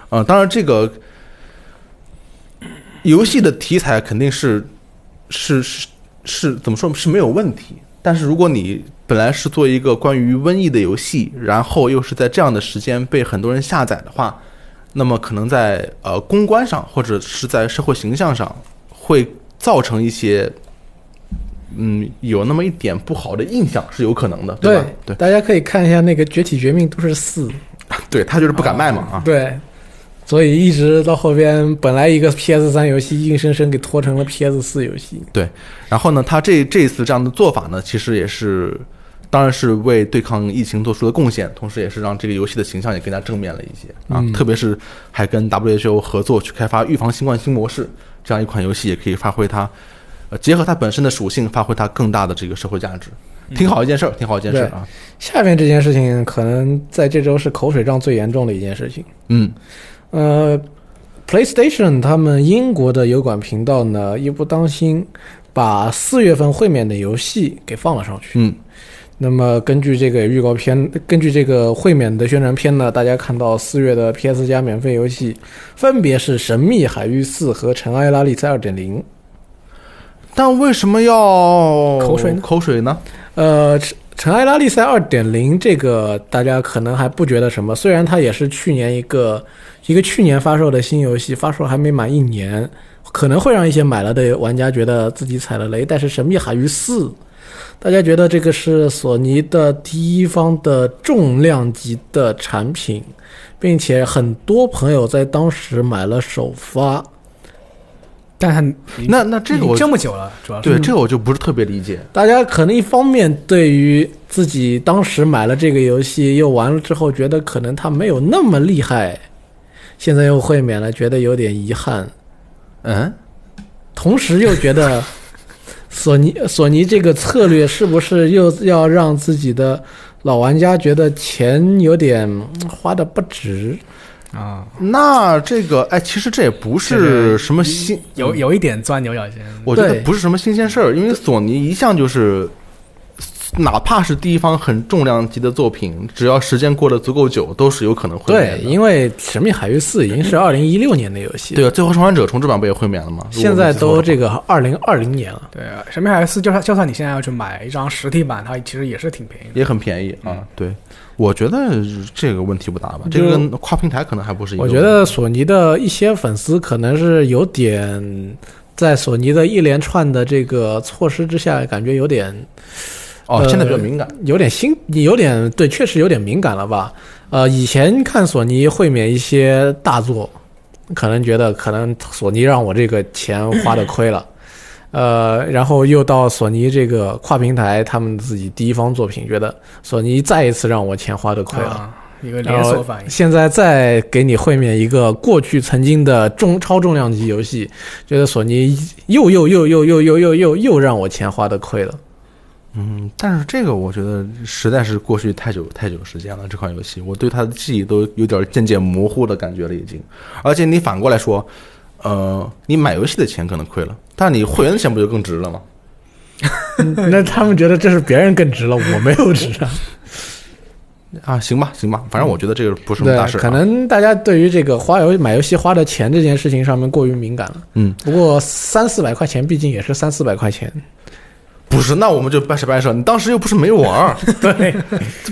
Speaker 1: 呃，当然这个游戏的题材肯定是是是是怎么说是没有问题，但是如果你本来是做一个关于瘟疫的游戏，然后又是在这样的时间被很多人下载的话，那么可能在呃公关上或者是在社会形象上会造成一些。嗯，有那么一点不好的印象是有可能的，吧？对
Speaker 2: 大家可以看一下那个《崛起绝命都市四》，
Speaker 1: 对，他就是不敢卖嘛啊，
Speaker 2: 对，所以一直到后边，本来一个 PS 三游戏硬生生给拖成了 PS 四游戏。
Speaker 1: 然后呢，他这这一次这样的做法呢，其实也是，当然是为对抗疫情做出了贡献，同时也是让这个游戏的形象也更加正面了一些啊。
Speaker 2: 嗯
Speaker 1: 特别是还跟 WHO 合作去开发预防新冠新模式，这样一款游戏也可以发挥它，呃，结合它本身的属性，发挥它更大的这个社会价值，<laughs>
Speaker 3: 嗯
Speaker 1: 挺好一件事儿，挺好一件事儿啊。
Speaker 2: 下面这件事情可能在这周是口水仗最严重的一件事情。
Speaker 1: 嗯
Speaker 2: 呃，PlayStation 他们英国的油管频道呢，一不当心把四月份会免的游戏给放了上去。
Speaker 1: 嗯
Speaker 2: 那么根据这个预告片，根据这个会免的宣传片呢，大家看到四月的 PS 加免费游戏分别是《神秘海域四》和《尘埃拉力赛二点零》。
Speaker 1: 但为什么要
Speaker 3: 口水呢
Speaker 1: 口水呢？
Speaker 2: 呃，尘尘埃拉力赛二点零这个大家可能还不觉得什么，虽然它也是去年一个一个去年发售的新游戏，发售还没满一年，可能会让一些买了的玩家觉得自己踩了雷。但是《神秘海域四》，大家觉得这个是索尼的第一方的重量级的产品，并且很多朋友在当时买了首发。
Speaker 3: 但他
Speaker 1: 那那这个我
Speaker 3: 这么嗯久了，主要是
Speaker 1: 对这个我就不是特别理解。
Speaker 2: 大家可能一方面对于自己当时买了这个游戏，又玩了之后，觉得可能它没有那么厉害，现在又会免了，觉得有点遗憾。
Speaker 1: 嗯，
Speaker 2: 同时又觉得 <laughs> 索尼索尼这个策略是不是又要让自己的老玩家觉得钱有点嗯花的不值？
Speaker 3: 啊，
Speaker 1: 那这个哎，其实这也不是什么新，
Speaker 3: 有有一点钻牛角尖。
Speaker 1: 我觉得
Speaker 2: 对
Speaker 1: 不是什么新鲜事儿，因为索尼一向就是，哪怕是第一方很重量级的作品，只要时间过得足够久，都是有可能会
Speaker 2: 对，
Speaker 1: 免的。
Speaker 2: 因为《神秘海域四》已经是二零一六年的游戏，
Speaker 1: 对啊，《最后生还者》重置版不也会免了吗？
Speaker 2: 现在都这个二零二零年了。
Speaker 3: 对，啊神秘海域四就算就算你现在要去买一张实体版，它其实也是挺便宜的。
Speaker 1: 也很便宜啊。对，我觉得这个问题不大吧，这
Speaker 2: 嗯就
Speaker 1: 个跟跨平台可能还不是一个
Speaker 2: 我
Speaker 1: 问题。
Speaker 2: 觉得索尼的一些粉丝可能是有点，在索尼的一连串的这个措施之下，感觉有点
Speaker 1: 哦，
Speaker 2: 呃
Speaker 1: 现在比较敏感。
Speaker 2: 有点心，有点对，确实有点敏感了吧？呃，以前看索尼会免一些大作，可能觉得可能索尼让我这个钱花的亏了，呃，然后又到索尼这个跨平台他们自己第一方作品，觉得索尼再一次让我钱花的亏了。
Speaker 3: 啊，一个
Speaker 2: 然
Speaker 3: 连
Speaker 2: 后
Speaker 3: 锁反应。
Speaker 2: 现在再给你会面一个过去曾经的重超重量级游戏，觉得索尼又又又又又又又又又让我钱花的亏了。
Speaker 1: 嗯，但是这个我觉得实在是过去太久太久时间了，这款游戏我对它的记忆都有点渐渐模糊的感觉了已经。而且你反过来说，呃，你买游戏的钱可能亏了，但你会员的钱不就更值了吗？
Speaker 2: 那他们觉得这是别人更值了，我没有值啊。
Speaker 1: 啊，行吧，行吧，反正我觉得这个 <laughs> 不是什么
Speaker 2: 对
Speaker 1: 大事、，啊。
Speaker 2: 可能大家对于这个花游买游戏花的钱这件事情上面过于敏感了。
Speaker 1: 嗯，
Speaker 2: 不过三四百块钱毕竟也是三四百
Speaker 1: <laughs>
Speaker 2: 块钱。
Speaker 1: 不是，那我们就掰扯掰扯。你当时又不是没玩 <laughs> 儿，
Speaker 2: 对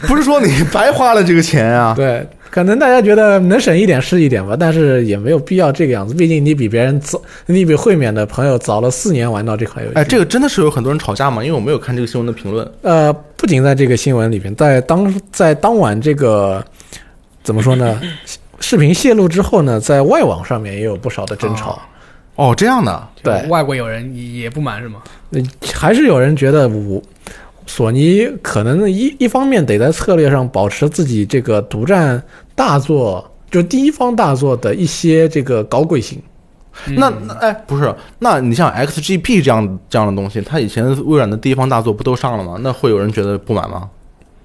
Speaker 1: 不是说你白花了这个钱啊。
Speaker 2: 对，可能大家觉得能省一点是一点吧，但是也没有必要这个样子。毕竟你比别人早，你比会免的朋友早了四年玩到这款游戏。
Speaker 1: 哎，这个真的是有很多人吵架吗？因为我没有看这个新闻的评论。
Speaker 2: 呃，不仅在这个新闻里边，在当在当晚这个怎么说呢？视频泄露之后呢，在外网上面也有不少的争吵。
Speaker 1: 哦，这样的，
Speaker 3: 就
Speaker 2: 对
Speaker 3: 外国友人也也不满是吗？
Speaker 2: 那还是有人觉得我索尼可能一一方面得在策略上保持自己这个独占大作，就第一方大作的一些这个高贵性。
Speaker 1: 那
Speaker 3: 嗯
Speaker 1: 那哎，不是，那你像 XGP 这样这样的东西，它以前微软的地方大作不都上了吗？那会有人觉得不满吗？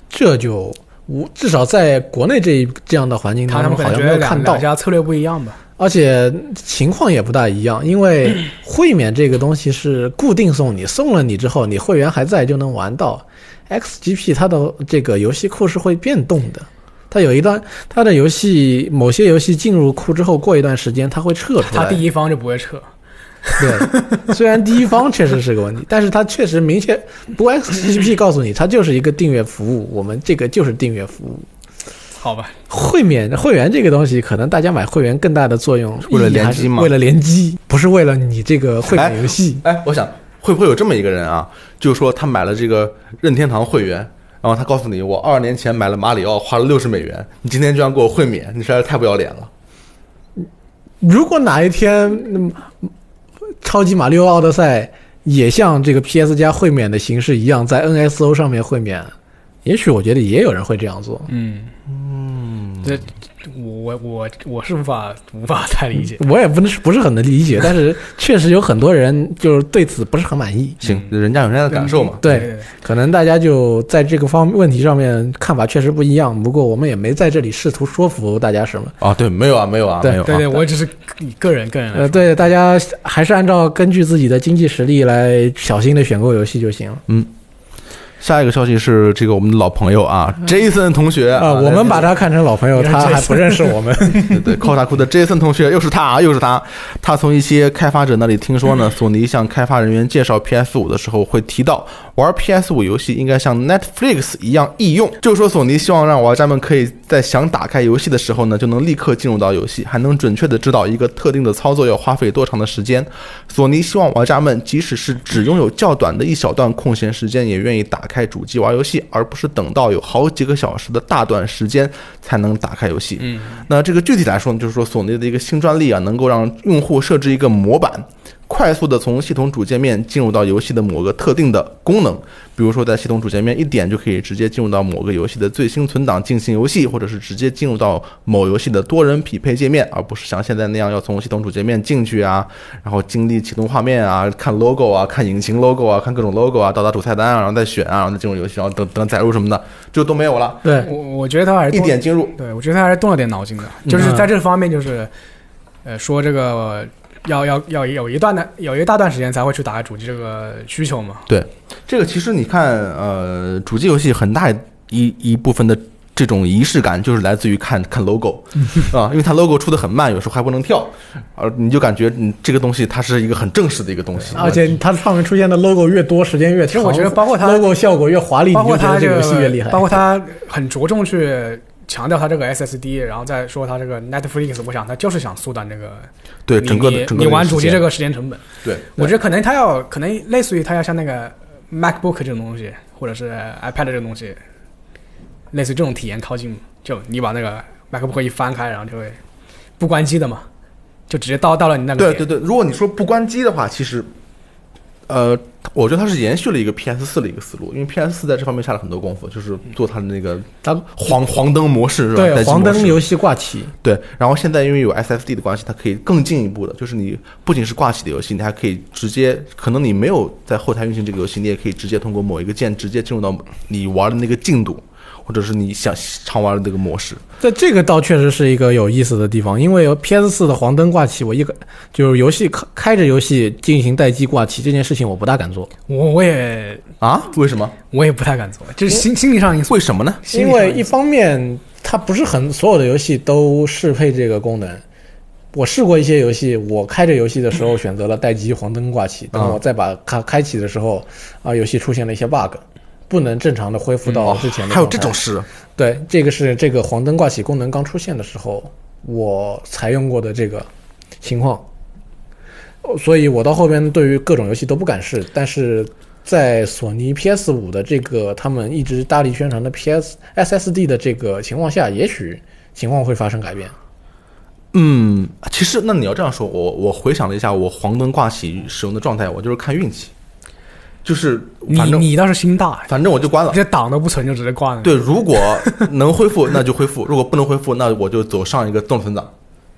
Speaker 2: 这就无至少在国内这一这样的环境
Speaker 3: 他
Speaker 2: 当
Speaker 3: 他们可
Speaker 2: 中，好
Speaker 3: 能
Speaker 2: 像
Speaker 3: 觉
Speaker 2: 没
Speaker 3: 得
Speaker 2: 有
Speaker 3: 两
Speaker 2: 看到
Speaker 3: 两。家策略不一样吧。
Speaker 2: 而且情况也不大一样，因为会免这个东西是固定送你，送了你之后，你会员还在就能玩到。XGP 它的这个游戏库是会变动的，它有一段它的游戏某些游戏进入库之后，过一段时间它会撤出
Speaker 3: 他
Speaker 2: 来。
Speaker 3: 第一方就不会撤，
Speaker 2: 对，虽然第一方确实是个问题，但是它确实明确，不过 XGP 告诉你，它就是一个订阅服务，我们这个就是订阅服务。
Speaker 3: 好吧，
Speaker 2: 会免会员这个东西，可能大家买会员更大的作用，
Speaker 1: 为了
Speaker 2: 意义还
Speaker 1: 联机
Speaker 2: 是
Speaker 1: 嘛
Speaker 2: 为了联机，不是为了你这个会
Speaker 1: 哎
Speaker 2: 免游戏。
Speaker 1: 哎，我想会不会有这么一个人啊，就是说他买了这个任天堂会员，然后他告诉你，我二十年前买了马里奥，花了六十美元，你今天居然给我会免，你实在是太不要脸了。
Speaker 2: 如果哪一天，嗯超级马里奥奥德赛也像这个 PS 加会免的形式一样，在 NSO 上面会免，也许我觉得也有人会这样做。
Speaker 3: 嗯嗯，这我我我我是无法无法太理
Speaker 2: <laughs>
Speaker 3: 解。
Speaker 2: 我也不是不是很能理解，但是确实有很多人就是对此不是很满意。
Speaker 1: 行，人家有人家的感受
Speaker 3: 嗯
Speaker 1: 嘛。
Speaker 2: 对，，可能大家就在这个方问题上面看法确实不一样。不过我们也没在这里试图说服大家什么。
Speaker 1: 啊，对，没有啊，没有啊，
Speaker 2: 对
Speaker 1: 没有
Speaker 3: 对
Speaker 1: 啊。
Speaker 3: 对，我只是以个人个人来
Speaker 2: 呃，
Speaker 3: 说，
Speaker 2: 对，大家还是按照根据自己的经济实力来小心的选购游戏就行了。
Speaker 1: 下一个消息是这个我们的老朋友啊，Jason 同学
Speaker 2: 嗯啊、我们把
Speaker 1: 他
Speaker 2: 他看成老朋友，
Speaker 3: 你看
Speaker 2: 他
Speaker 3: 这
Speaker 2: 还
Speaker 3: 次
Speaker 2: 不认识
Speaker 3: <laughs>
Speaker 2: 我们。
Speaker 1: 对对靠 o 库的 Jason 同学又是他啊，又是他。他从一些开发者那里听说呢，索尼向开发人员介绍 PS 五的时候会提到，玩 PS 五游戏应该像 Netflix 一样易用，就是说索尼希望让玩家们可以在想打开游戏的时候呢，就能立刻进入到游戏，还能准确的知道一个特定的操作要花费多长的时间。索尼希望玩家们即使是只拥有较短的一小段空闲时间，也愿意打开主机玩游戏，而不是等到有好几个小时的大段时间才能打开游戏。那这个具体来说呢，就是说索尼的一个新专利啊，能够让用户设置一个模板，快速的从系统主界面进入到游戏的某个特定的功能，比如说在系统主界面一点就可以直接进入到某个游戏的最新存档进行游戏，或者是直接进入到某游戏的多人匹配界面，而不是像现在那样要从系统主界面进去啊，然后经历启动画面啊、看 logo 啊、看引擎 logo 啊、看各种 logo 啊，到达主菜单啊，然后再选啊，然后再进入游戏，然后等等载入什么的，就都没有了，
Speaker 2: 对，
Speaker 3: 我我觉得他还是
Speaker 1: 一
Speaker 3: 动
Speaker 1: 点进入。
Speaker 3: 对，我觉得他还是动了点脑筋的，
Speaker 2: 嗯
Speaker 3: 就是在这方面，就是，呃，说这个要要要有一段的有一大段时间才会去打开主机这个需求嘛。
Speaker 1: 这个其实你看，呃，主机游戏很大一一部分的这种仪式感，就是来自于看看 logo
Speaker 2: 嗯
Speaker 1: 啊，因为它 logo 出的很慢，有时候还不能跳，而你就感觉你这个东西它是一个很正式的一个东西，
Speaker 2: 啊而且它上面出现的 logo 越多，时间越长。
Speaker 3: 其实我觉得包括它
Speaker 2: logo 效果越华丽，
Speaker 3: 包括
Speaker 2: 你就觉
Speaker 3: 他
Speaker 2: 得这
Speaker 3: 这
Speaker 2: 个游戏越厉
Speaker 3: 个，
Speaker 2: 害。
Speaker 3: 包括他很着重去强调他这个 SSD，然后再说他这个 Netflix，我想他就是想缩短这个
Speaker 1: 对
Speaker 3: 你
Speaker 1: 整个的
Speaker 3: 你
Speaker 1: 整个
Speaker 3: 你
Speaker 1: 的
Speaker 3: 玩
Speaker 1: 时
Speaker 3: 主机
Speaker 1: 间
Speaker 3: 这个时间成本。
Speaker 1: 对，
Speaker 3: 我觉得可能他要可能类似于他要像那个 MacBook 这种东西，或者是 iPad 这种东西，类似于这种体验靠近，就你把那个 MacBook 一翻开，然后就会不关机的嘛，就直接到到了你那个
Speaker 1: 对
Speaker 3: 点
Speaker 1: 对对，如果你说不关机的话，其实，呃，我觉得它是延续了一个 PS 四的一个思路，因为 PS 四在这方面下了很多功夫，就是做它的那个
Speaker 2: 它
Speaker 1: 黄黄灯模式是吧？待
Speaker 2: 对
Speaker 1: 机
Speaker 2: 黄
Speaker 1: 模
Speaker 2: 灯
Speaker 1: 式
Speaker 2: 游戏挂起，
Speaker 1: 对，然后现在因为有 SSD 的关系，它可以更进一步的，就是你不仅是挂起的游戏，你还可以直接，可能你没有在后台运行这个游戏，你也可以直接通过某一个键直接进入到你玩的那个进度，或者是你想常玩的那个模式。
Speaker 2: 这这个倒确实是一个有意思的地方，因为 PS 四的黄灯挂起，我一个就是游戏开开着游戏进行待机挂起这件事情，我不大敢做，
Speaker 3: 我我也
Speaker 1: 啊？为什么？
Speaker 3: 我也不太敢做，就是心心理上因素，
Speaker 1: 为什么呢？
Speaker 3: 心理
Speaker 2: 因
Speaker 3: 上
Speaker 2: 为
Speaker 3: 因
Speaker 2: 一
Speaker 3: 素
Speaker 2: 方面它不是很所有的游戏都适配这个功能。我试过一些游戏，我开着游戏的时候选择了待机黄灯挂起，等
Speaker 1: 啊
Speaker 2: 我再把它开启的时候，啊，游戏出现了一些 bug，不能正常的恢复到之前的、
Speaker 1: 嗯哦还有这种事？
Speaker 2: 对，这个是这个黄灯挂起功能刚出现的时候，我采用过的这个情况，哦所以我到后边对于各种游戏都不敢试，但是在索尼 PS 五的这个他们一直大力宣传的 PS SSD 的这个情况下，也许情况会发生改变。
Speaker 1: 嗯，其实那你要这样说，我我回想了一下，我黄灯挂起使用的状态，我就是看运气，就是反
Speaker 3: 你
Speaker 1: 正
Speaker 3: 你倒是心大，
Speaker 1: 反正我就关了。
Speaker 3: 这档都不存就直接挂了。
Speaker 1: <laughs> 对，如果能恢复，那就恢复；如果不能恢复，那我就走上一个自动存档。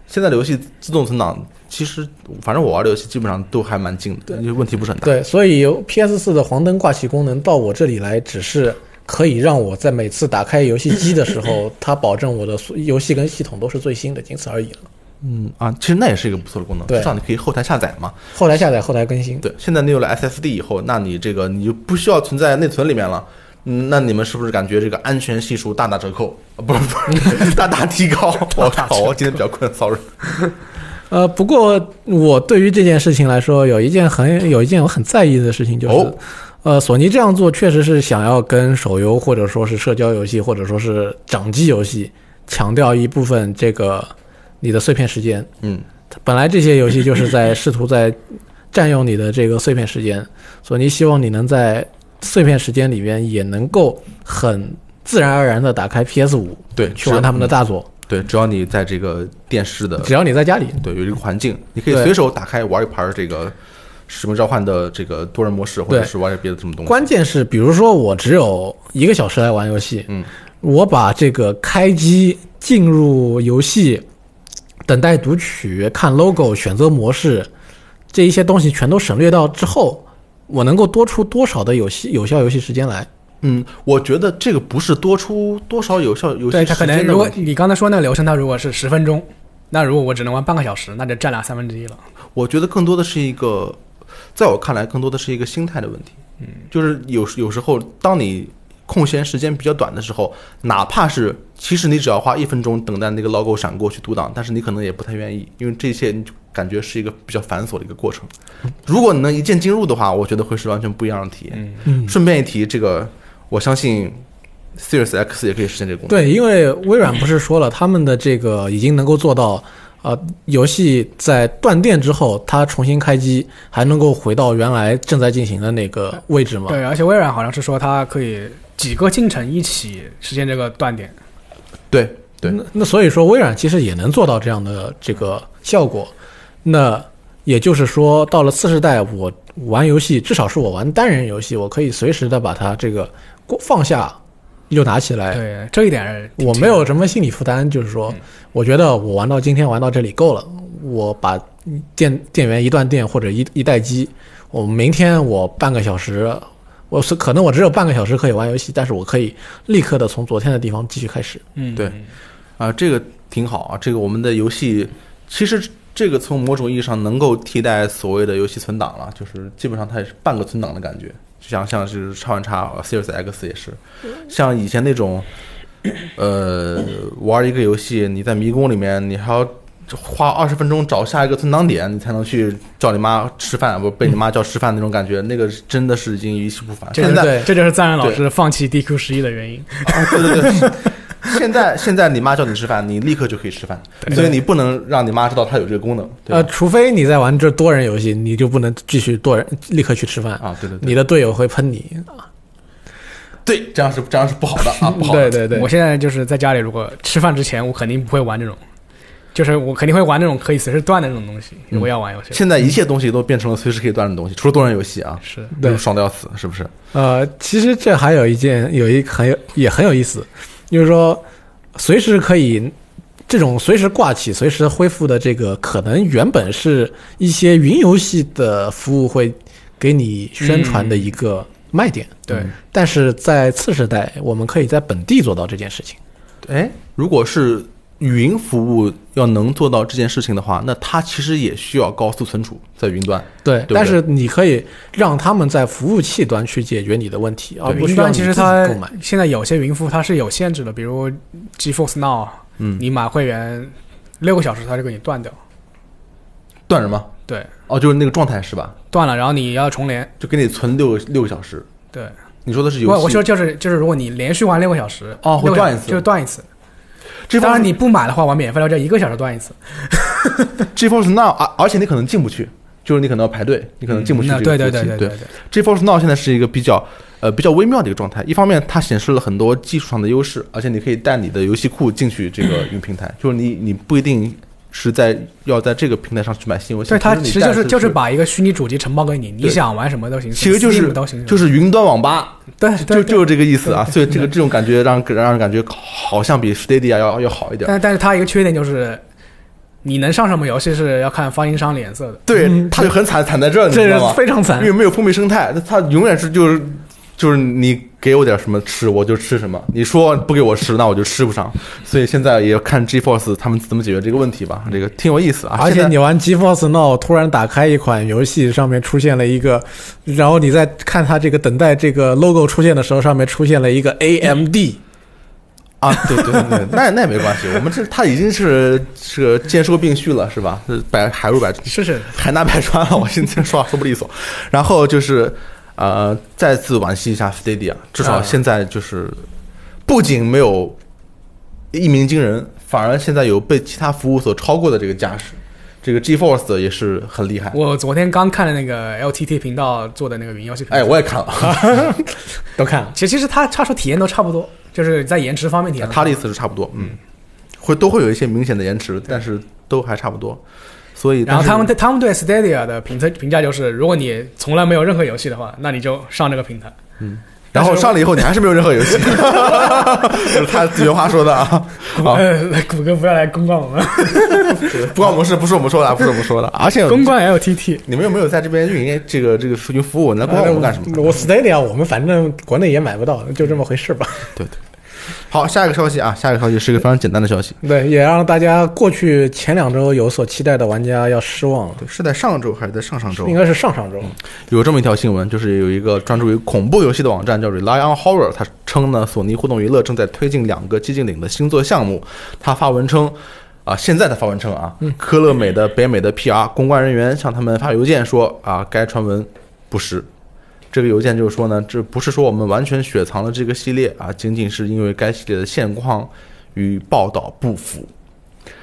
Speaker 1: 现在的游戏自动存档，其实反正我玩的游戏基本上都还蛮近的，因为问题不是很大。
Speaker 2: 对，所以 PS 四的黄灯挂起功能到我这里来，只是可以让我在每次打开游戏机的时候，它保证我的所游戏跟系统都是最新的，仅此而已了。
Speaker 1: 嗯啊，其实那也是一个不错的功能，
Speaker 2: 对
Speaker 1: 至少你可以后台下载嘛。
Speaker 2: 后台下载，后台更新。
Speaker 1: 对，现在你有了 SSD 以后，那你这个你就不需要存在内存里面了。嗯，那你们是不是感觉这个安全系数大打折扣？啊、不是不是，大大提高。我靠，我今天比较困，sorry。
Speaker 2: 呃，不过我对于这件事情来说，有一件很有一件我很在意的事情就是，
Speaker 1: 哦
Speaker 2: 呃，索尼这样做确实是想要跟手游或者说是社交游戏或者说是掌机游戏强调一部分这个你的碎片时间。
Speaker 1: 嗯，
Speaker 2: 本来这些游戏就是在试图在占用你的这个碎片时间，索尼希望你能在碎片时间里面也能够很自然而然的打开 PS 五
Speaker 1: 对，
Speaker 2: 去玩他们的
Speaker 1: 大，
Speaker 2: 大作，
Speaker 1: 对，只要你在这个电视的
Speaker 2: 只要你在家里。
Speaker 1: 对，有一个环境，你可以
Speaker 2: 对
Speaker 1: 随手打开玩一盘这个《使命召唤》的这个多人模式，或者
Speaker 2: 对
Speaker 1: 是玩点别的什么东西。
Speaker 2: 关键是，比如说我只有一个小时来玩游戏，
Speaker 1: 嗯，
Speaker 2: 我把这个开机、进入游戏、等待读取、看 logo、选择模式这一些东西全都省略掉之后，我能够多出多少的有戏有效游戏时间来？
Speaker 1: 嗯，我觉得这个不是多出多少有效游戏
Speaker 3: 对他
Speaker 1: 时
Speaker 3: 可能，
Speaker 1: 间的
Speaker 3: 如果
Speaker 1: 问题，
Speaker 3: 你刚才说那个流程，他如果是十分钟，那如果我只能玩半个小时，那就占了三分之一了。
Speaker 1: 我觉得更多的是一个，在我看来，更多的是一个心态的问题。嗯，就是有时有时候，当你空闲时间比较短的时候，哪怕是其实你只要花一分钟等待那个 logo 闪过去读档，但是你可能也不太愿意，因为这些你就感觉是一个比较繁琐的一个过程。如果你能一键进入的话，我觉得会是完全不一样的体验。
Speaker 3: 嗯，
Speaker 2: 嗯，
Speaker 1: 顺便一提，这个我相信 Series X 也可以实现这个功能。
Speaker 2: 对，因为微软不是说了，他们的这个已经能够做到，呃，游戏在断电之后，它重新开机，还能够回到原来正在进行的那个位置嘛？
Speaker 3: 对，而且微软好像是说它可以几个进程一起实现这个断点。
Speaker 1: 对对
Speaker 2: 那那所以说，微软其实也能做到这样的这个效果。那也就是说，到了次世代，我玩游戏，至少是我玩单人游戏，我可以随时的把它这个过放下又拿起来。
Speaker 3: 对，这一点
Speaker 2: 我没有什么心理负担，就是说，我觉得我玩到今天玩到这里够了，我把电电源一断电或者一一待机，我明天我半个小时，我是可能我只有半个小时可以玩游戏，但是我可以立刻的从昨天的地方继续开始。
Speaker 3: 嗯，
Speaker 1: 对啊、这个挺好啊。这个我们的游戏其实这个从某种意义上能够替代所谓的游戏存档了，就是基本上它也是半个存档的感觉。就像像是叉玩叉 Series X 也是，像以前那种，呃，玩一个游戏，你在迷宫里面，你还要花二十分钟找下一个存档点，你才能去叫你妈吃饭，不被你妈叫吃饭那种感觉，那个是真的是已经一去不返。
Speaker 3: 这
Speaker 1: 现
Speaker 3: 就
Speaker 1: 在
Speaker 3: 是
Speaker 2: 对
Speaker 3: 这就是赞恩老
Speaker 1: 对
Speaker 3: 师放弃 DQ 十一的原因。
Speaker 1: <laughs> 啊，对对对。 <laughs> 现在现在你妈叫你吃饭，你立刻就可以吃饭，
Speaker 3: 对
Speaker 1: 所以你不能让你妈知道她有这个功能，对
Speaker 2: 呃，
Speaker 1: 吧？
Speaker 2: 除非你在玩这多人游戏，你就不能继续多人立刻去吃饭，
Speaker 3: 呃
Speaker 1: 啊，对对对，
Speaker 2: 你的队友会喷你。
Speaker 1: 对，这样是这样是不好的
Speaker 3: <laughs>
Speaker 1: 啊，不好的。
Speaker 2: 对对对
Speaker 3: 我，现在就是在家里，如果吃饭之前，我肯定不会玩这种，就是我肯定会玩那种可以随时断的那种东西。如果要玩游戏，
Speaker 1: 现在一切东西都变成了随时可以断的东西，除了多人游戏啊，
Speaker 3: 是
Speaker 2: 对
Speaker 1: 就是爽的要死，是不是？
Speaker 2: 呃，其实这还有一件有一很有也很有意思，就是说随时可以这种随时挂起、随时恢复的这个，可能原本是一些云游戏的服务会给你宣传的一个卖点，
Speaker 3: 对
Speaker 1: 嗯
Speaker 2: 但是在次时代，我们可以在本地做到这件事情。
Speaker 1: 哎，如果是云服务要能做到这件事情的话，那它其实也需要高速存储在云端。
Speaker 2: 对
Speaker 1: 对
Speaker 2: 但是你可以让他们在服务器端去解决你的问题，
Speaker 1: 啊
Speaker 2: 而不
Speaker 3: 云
Speaker 2: 需要
Speaker 3: 端
Speaker 2: 你
Speaker 3: 其
Speaker 2: 自
Speaker 3: 实
Speaker 2: 己
Speaker 3: 它
Speaker 2: 购买。
Speaker 3: 现在有些云服务它是有限制的，比如 GeForce Now，
Speaker 1: 嗯，
Speaker 3: 啊你买会员六个小时它就给你断掉，
Speaker 1: 断什么？
Speaker 3: 对，
Speaker 1: 哦，就是那个状态是吧？
Speaker 3: 断了，然后你要重连。
Speaker 1: 就给你存六六个小时。
Speaker 3: 对，
Speaker 1: 你说的是游
Speaker 3: 不，
Speaker 1: 戏？
Speaker 3: 我说就是就是，如果你连续玩六个小时，
Speaker 1: 哦会
Speaker 3: 六个小
Speaker 1: 断一次
Speaker 3: 就是断一次。
Speaker 1: 这
Speaker 3: 当
Speaker 1: 方
Speaker 3: 然
Speaker 1: 面
Speaker 3: 你不买的话，玩免费的就一个小时断一次，
Speaker 1: GeForce Now 啊，而且你可能进不去，就是你可能要排队，你可能进不去
Speaker 3: 嗯那
Speaker 1: 这个嗯服务
Speaker 3: 对
Speaker 1: 器。
Speaker 3: 对对对
Speaker 1: 对
Speaker 3: 对。
Speaker 1: GeForce Now 现在是一个比较呃比较微妙的一个状态。一方面，它显示了很多技术上的优势，而且你可以带你的游戏库进去这
Speaker 3: <clears throat>
Speaker 1: 个云平台，就是你你不一定是在要在这个平台上去买新游戏，
Speaker 3: 对，它
Speaker 1: 你
Speaker 3: 其实
Speaker 1: 带
Speaker 3: 就是
Speaker 1: 出
Speaker 3: 就是
Speaker 1: 去
Speaker 3: 把一个虚拟主机承包给你，你
Speaker 1: 对
Speaker 3: 想玩什么都行，
Speaker 1: 其实就是
Speaker 3: Steam 都行，
Speaker 1: 就是云端网吧，
Speaker 3: 对，
Speaker 1: 就
Speaker 3: 对
Speaker 1: 就是这个意思啊。 <laughs> 所以这个这种感觉让让人感觉好像比 Stadia 要要好一点。
Speaker 3: 但但是它一个缺点就是，你能上什么游戏是要看发行商脸色的。
Speaker 1: 对，
Speaker 2: 嗯
Speaker 1: 它就很啊惨惨在这儿，你
Speaker 2: 这
Speaker 1: 知道
Speaker 2: 是
Speaker 1: 吗？
Speaker 2: 非常惨
Speaker 1: 因，为没有封闭生态，那它永远是就是就是你给我点什么吃，我就吃什么；你说不给我吃，那我就吃不上。所以现在也看 GeForce 他们怎么解决这个问题吧，这个挺有意思啊。
Speaker 2: 而且
Speaker 1: 现在
Speaker 2: 你玩 GeForce Now 突然打开一款游戏，上面出现了一个，然后你在
Speaker 1: <laughs>
Speaker 2: 看它这个等待这个 logo 出现的时候，上面出现了一个 AMD，
Speaker 1: 啊，对对对对，那那也没关系，我们这他已经是是个兼收并蓄了，是吧？是百海入百
Speaker 3: 是是，
Speaker 1: 海纳百川了，我现在说话说不利索。然后就是呃，再次惋惜一下 Stadia，至少
Speaker 3: 啊
Speaker 1: 现在就是不仅没有一鸣惊人，反而现在有被其他服务所超过的这个架势。这个 GeForce 也是很厉害。
Speaker 3: 我昨天刚看了那个 LTT 频道做的那个云游戏频道，
Speaker 1: 哎，我也看了，
Speaker 2: 都看了。
Speaker 3: 其实其实它他说体验都差不多，就是在延迟方面体验都差
Speaker 1: 他
Speaker 3: 不
Speaker 1: 的
Speaker 3: 多。
Speaker 1: 意思是差不多，嗯，会都会有一些明显的延迟，但是都还差不多。所以，
Speaker 3: 然后
Speaker 1: 但是
Speaker 3: 他们对他们对 Stadia 的评测评价就是，如果你从来没有任何游戏的话，那你就上这个平台。
Speaker 1: 然后上了以后，你还是没有任何游
Speaker 3: <laughs>
Speaker 1: 戏，就是他原话说的啊。好，
Speaker 3: 呃， <laughs> 谷歌不要来公关我
Speaker 1: <laughs>
Speaker 3: 们，
Speaker 1: 不关我们事，不是我们说的啊，不是我们说的。而且
Speaker 3: <laughs> 公关 LTT。
Speaker 1: 你们有没有在这边运营这个这个数据服务？你来管我们干什么？
Speaker 2: 啊
Speaker 1: 嗯
Speaker 2: 我 Stadia 我们反正国内也买不到，就这么回事吧。
Speaker 1: 对对。好，下一个消息啊，下一个消息是一个非常简单的消息，
Speaker 2: 对，也让大家过去前两周有所期待的玩家要失望了，
Speaker 1: 对，是在上周还是在上上周
Speaker 2: 应？该是上上周。
Speaker 1: 嗯有这么一条新闻，就是有一个专注于恐怖游戏的网站叫 Rely on Horror，它称呢，索尼互动娱乐正在推进两个寂静岭的新作项目。它发文称，啊，现在的发文称啊，
Speaker 2: 嗯
Speaker 1: 科乐美的北美的 PR 公关人员向他们发邮件说，啊，该传闻不实。这个邮件就是说呢，这不是说我们完全雪藏了这个系列啊，仅仅是因为该系列的现况与报道不符，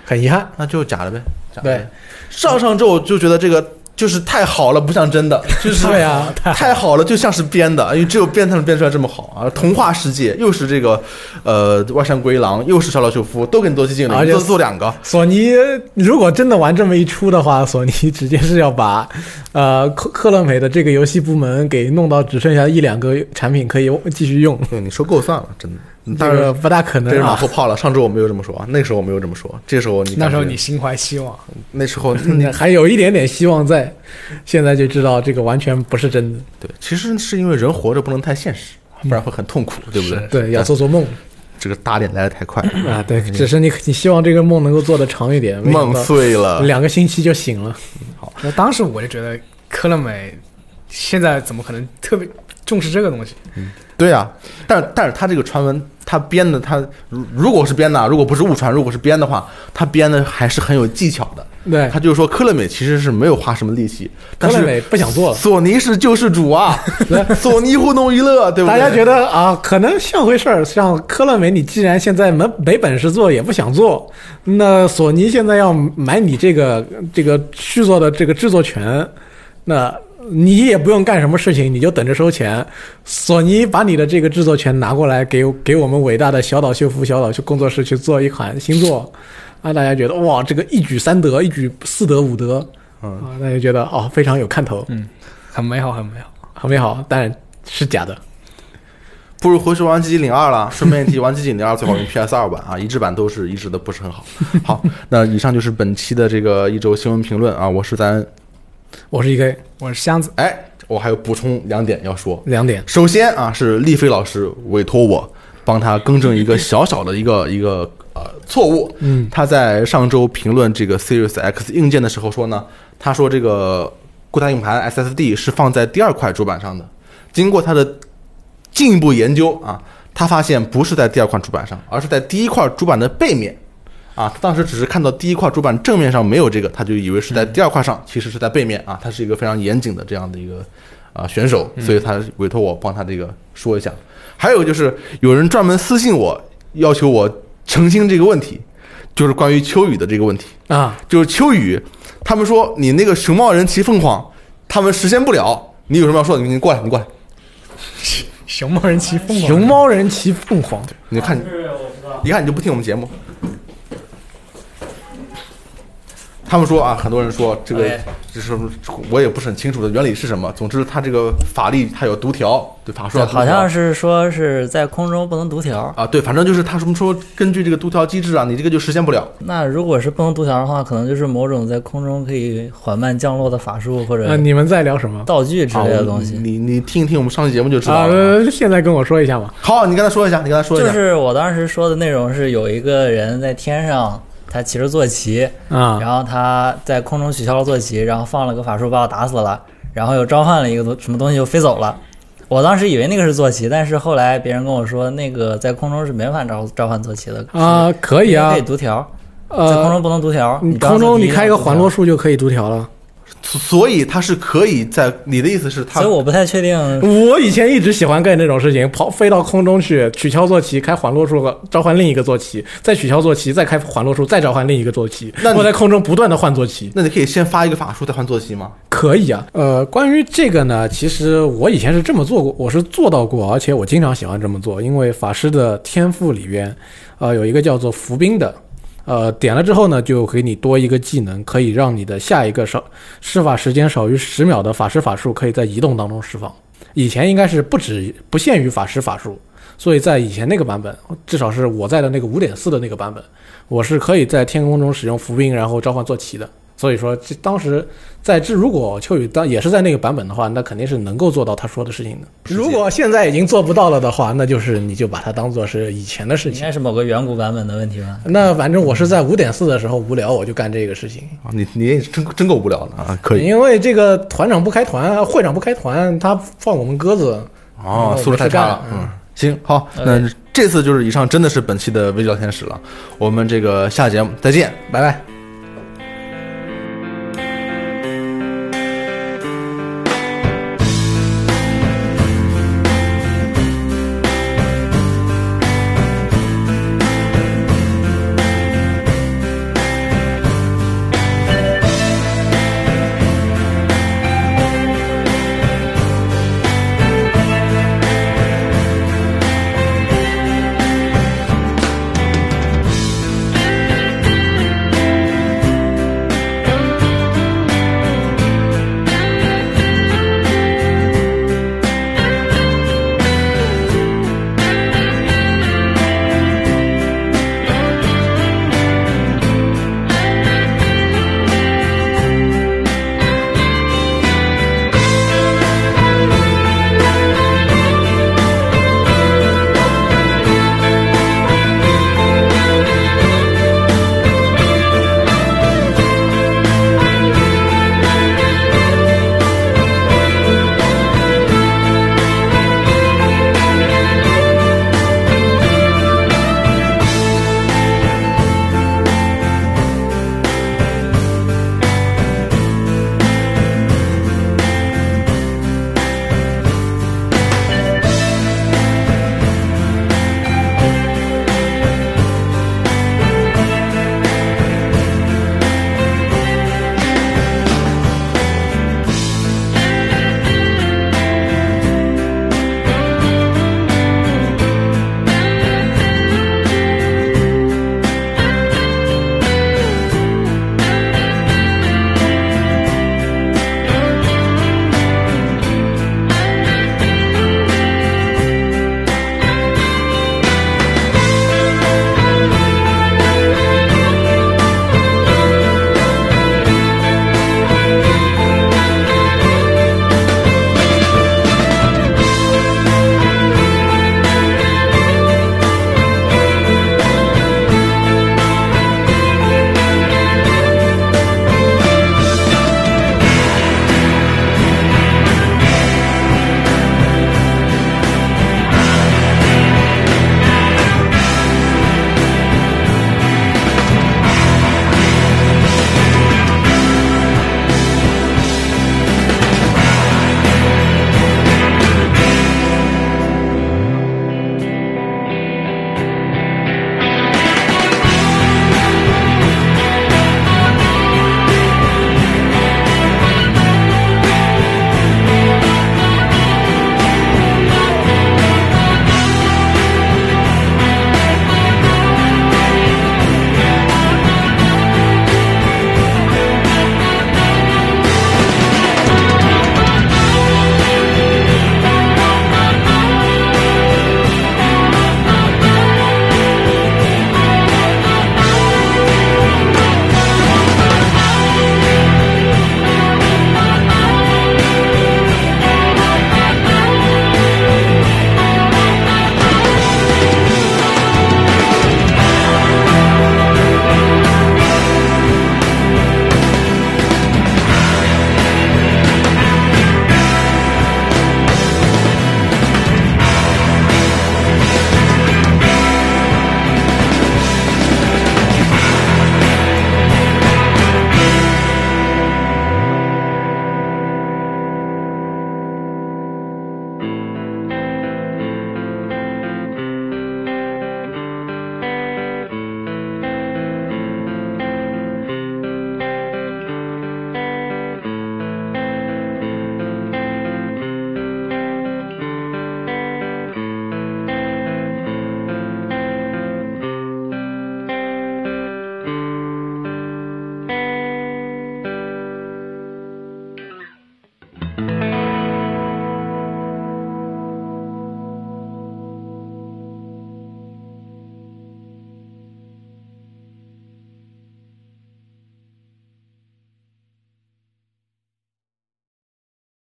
Speaker 2: 很遗憾，
Speaker 1: 那就假的呗。假的
Speaker 2: 对
Speaker 1: 呗，上上周就觉得这个就是太好了，不像真的，就是
Speaker 2: 对啊，
Speaker 1: 太好了，就像是编的，因为只有编才能编出来这么好啊！童话世界又是这个，呃，外山龟郎，又是小岛秀夫，都给你做寂静
Speaker 2: 而
Speaker 1: 岭，
Speaker 2: 且
Speaker 1: 做做两个，
Speaker 2: 索尼如果真的玩这么一出的话，索尼直接是要把呃克克乐美的这个游戏部门给弄到只剩下一两个产品可以继续用，
Speaker 1: 对，你说够算了，真的。
Speaker 2: 这
Speaker 1: 当然
Speaker 2: 个，不大可
Speaker 1: 这是
Speaker 2: 能
Speaker 1: 马
Speaker 2: 啊
Speaker 1: 后。炮了。上周我没有这么说，那时候我没有这么说，这时候你
Speaker 3: 那时候
Speaker 1: 感觉
Speaker 3: 你心怀希望，
Speaker 1: 那时候
Speaker 2: <laughs>
Speaker 1: 你
Speaker 2: 还有一点点希望在，现在就知道这个完全不是真的。
Speaker 1: 对，其实是因为人活着不能太现实，不然会很痛苦，对不对？嗯
Speaker 2: 对，要做做梦
Speaker 1: 这个打脸来的太快，
Speaker 2: <laughs> 啊！对，只是你你希望这个梦能够做得长一点，没想
Speaker 1: 梦
Speaker 2: 到
Speaker 1: 碎了。
Speaker 2: 两个星期就醒了。
Speaker 3: 那当时我就觉得科乐美现在怎么可能特别重视这个东西？
Speaker 1: 对啊，但但是他这个传闻，他编的，他如如果是编的啊，如果不是误传，如果是编的话，他编的还是很有技巧的。
Speaker 2: 对，
Speaker 1: 他就是说，科乐美其实是没有花什么力气，
Speaker 2: 克
Speaker 1: 但
Speaker 2: 乐
Speaker 1: 是
Speaker 2: 美不想做了。
Speaker 1: 索尼是救世主啊， <laughs> 索尼互动娱
Speaker 2: <laughs>
Speaker 1: 乐，对不
Speaker 2: 大
Speaker 1: 对？
Speaker 2: 家觉得啊，可能像回事儿。像科乐美，你既然现在没没本事做，也不想做，那索尼现在要买你这个这个续作的这个制作权，那你也不用干什么事情，你就等着收钱。索尼把你的这个制作权拿过来给给我们伟大的小岛秀夫小岛秀工作室去做一款新作，啊，大家觉得哇，这个一举三得，一举四得五得，
Speaker 1: 嗯
Speaker 2: 啊，大家觉得哦，非常有看头，
Speaker 3: 很美好，很美好。
Speaker 2: 很美好，但是假的。
Speaker 1: 不如回去玩《寂静岭二》了。顺便一提，玩《寂静岭二》最好用 PS 二版啊，移植版都是移植的不是很
Speaker 2: <laughs>
Speaker 1: 好。好，那以上就是本期的这个一周新闻评论啊，我是咱
Speaker 2: 我是一个
Speaker 3: 我是箱子， <laughs>
Speaker 1: 哎，我还有补充两点要说。
Speaker 2: 两点。
Speaker 1: 首先啊，是丽飞老师委托我帮他更正一个小小的一个 <laughs> 一个呃错误。嗯，他在上周评论这个 Series X 硬件的时候说呢，他说这个固态硬盘 SSD 是放在第二块主板上的。经过他的进一步研究啊，他发现不是在第二块主板上，而是在第一块主板的背面。啊，他当时只是看到第一块主板正面上没有这个，他就以为是在第二块上，其实是在背面啊。他是一个非常严谨的这样的一个啊选手，
Speaker 4: 嗯
Speaker 1: 所以他委托我帮他这个说一下。还有就是有人专门私信我，要求我澄清这个问题，就是关于秋雨的这个问题。
Speaker 2: 啊，
Speaker 1: 就是秋雨，他们说你那个熊猫人骑凤凰，他们实现不了，你有什么要说的？你你过来，你过来，
Speaker 3: 熊猫人骑凤凰，
Speaker 2: 熊猫人骑凤凰，
Speaker 1: 你看，一看你就不听我们节目。他们说啊，很多人说这个
Speaker 3: 哎，
Speaker 1: 这是我也不是很清楚的原理是什么。总之，它这个法律它有读条，对法术
Speaker 4: 对，
Speaker 1: 要读条
Speaker 4: 好像是说是在空中不能读条。
Speaker 1: 啊，对，反正就是他什么说根据这个读条机制啊，你这个就实现不了。
Speaker 4: 那如果是不能读条的话，可能就是某种在空中可以缓慢降落的法术或
Speaker 2: 呃，
Speaker 4: 者
Speaker 2: 你们在聊什么？
Speaker 4: 道具之
Speaker 1: 啊
Speaker 4: 类的
Speaker 1: 我
Speaker 4: 东西。
Speaker 1: 你你听一听我们上期节目就知
Speaker 2: 啊、
Speaker 1: 道了。
Speaker 2: 呃现在跟我说一下嘛。
Speaker 1: 好，你跟他说一下，你跟他说一
Speaker 4: 就
Speaker 1: 下。
Speaker 4: 是我当时说的内容是有一个人在天上，他骑着坐骑，
Speaker 2: 啊，
Speaker 4: 然后他在空中取消了坐骑，然后放了个法术把我打死了，然后又召唤了一个东什么东西又飞走了。我当时以为那个是坐骑，但是后来别人跟我说，那个在空中是没法召召唤坐骑的
Speaker 2: 啊，可以啊
Speaker 4: 可以，读条，在空
Speaker 2: 呃，
Speaker 4: 中不能读条。
Speaker 2: 你
Speaker 4: 装
Speaker 2: 空中
Speaker 4: 上
Speaker 2: 你
Speaker 4: 去
Speaker 2: 开一个环落
Speaker 4: 读条，
Speaker 2: 术就可以读条了。
Speaker 1: 所以它是可以在你的意思是它
Speaker 4: 所以我不太确定
Speaker 2: 我以前一直喜欢干这种事情，跑飞到空中去取消坐骑，开环落术，召唤另一个坐骑，再取消坐骑，再开环落术，再召唤另一个坐骑。
Speaker 1: 那你
Speaker 2: 我在空中不断的换坐骑，
Speaker 1: 那你可以先发一个法术再换坐骑吗？
Speaker 2: 可以啊。呃，关于这个呢，其实我以前是这么做过，我是做到过，而且我经常喜欢这么做，因为法师的天赋里边，呃，有一个叫做伏兵的。呃，点了之后呢，就给你多一个技能，可以让你的下一个少施法时间少于十秒的法师法术，可以在移动当中释放。以前应该是不止不限于法师法术，所以在以前那个版本，至少是我在的那个五点四的那个版本，我是可以在天空中使用伏兵，然后召唤坐骑的。所以说，这当时在这如果秋雨当也是在那个版本的话，那肯定是能够做到他说的事情的。
Speaker 1: 是
Speaker 2: 如果现在已经做不到了的话，那就是你就把它当做是以前的事
Speaker 4: 应
Speaker 2: 情。
Speaker 4: 该是某个远古版本的问题吧。
Speaker 2: 那反正我是在五点四的时候无聊，我就干这个事情。
Speaker 1: 啊，你你也真真够无聊的啊！可以
Speaker 2: 因为这个团长不开团，呃会长不开团，他放我们鸽子。
Speaker 1: 哦，
Speaker 2: 嗯
Speaker 1: 素质太差了
Speaker 2: 我，们
Speaker 1: 嗯。行，好，
Speaker 4: 呃
Speaker 1: 那这次就是以上真的是本期的微聊天使了，我们这个下节目再见，拜拜。
Speaker 2: 拜拜。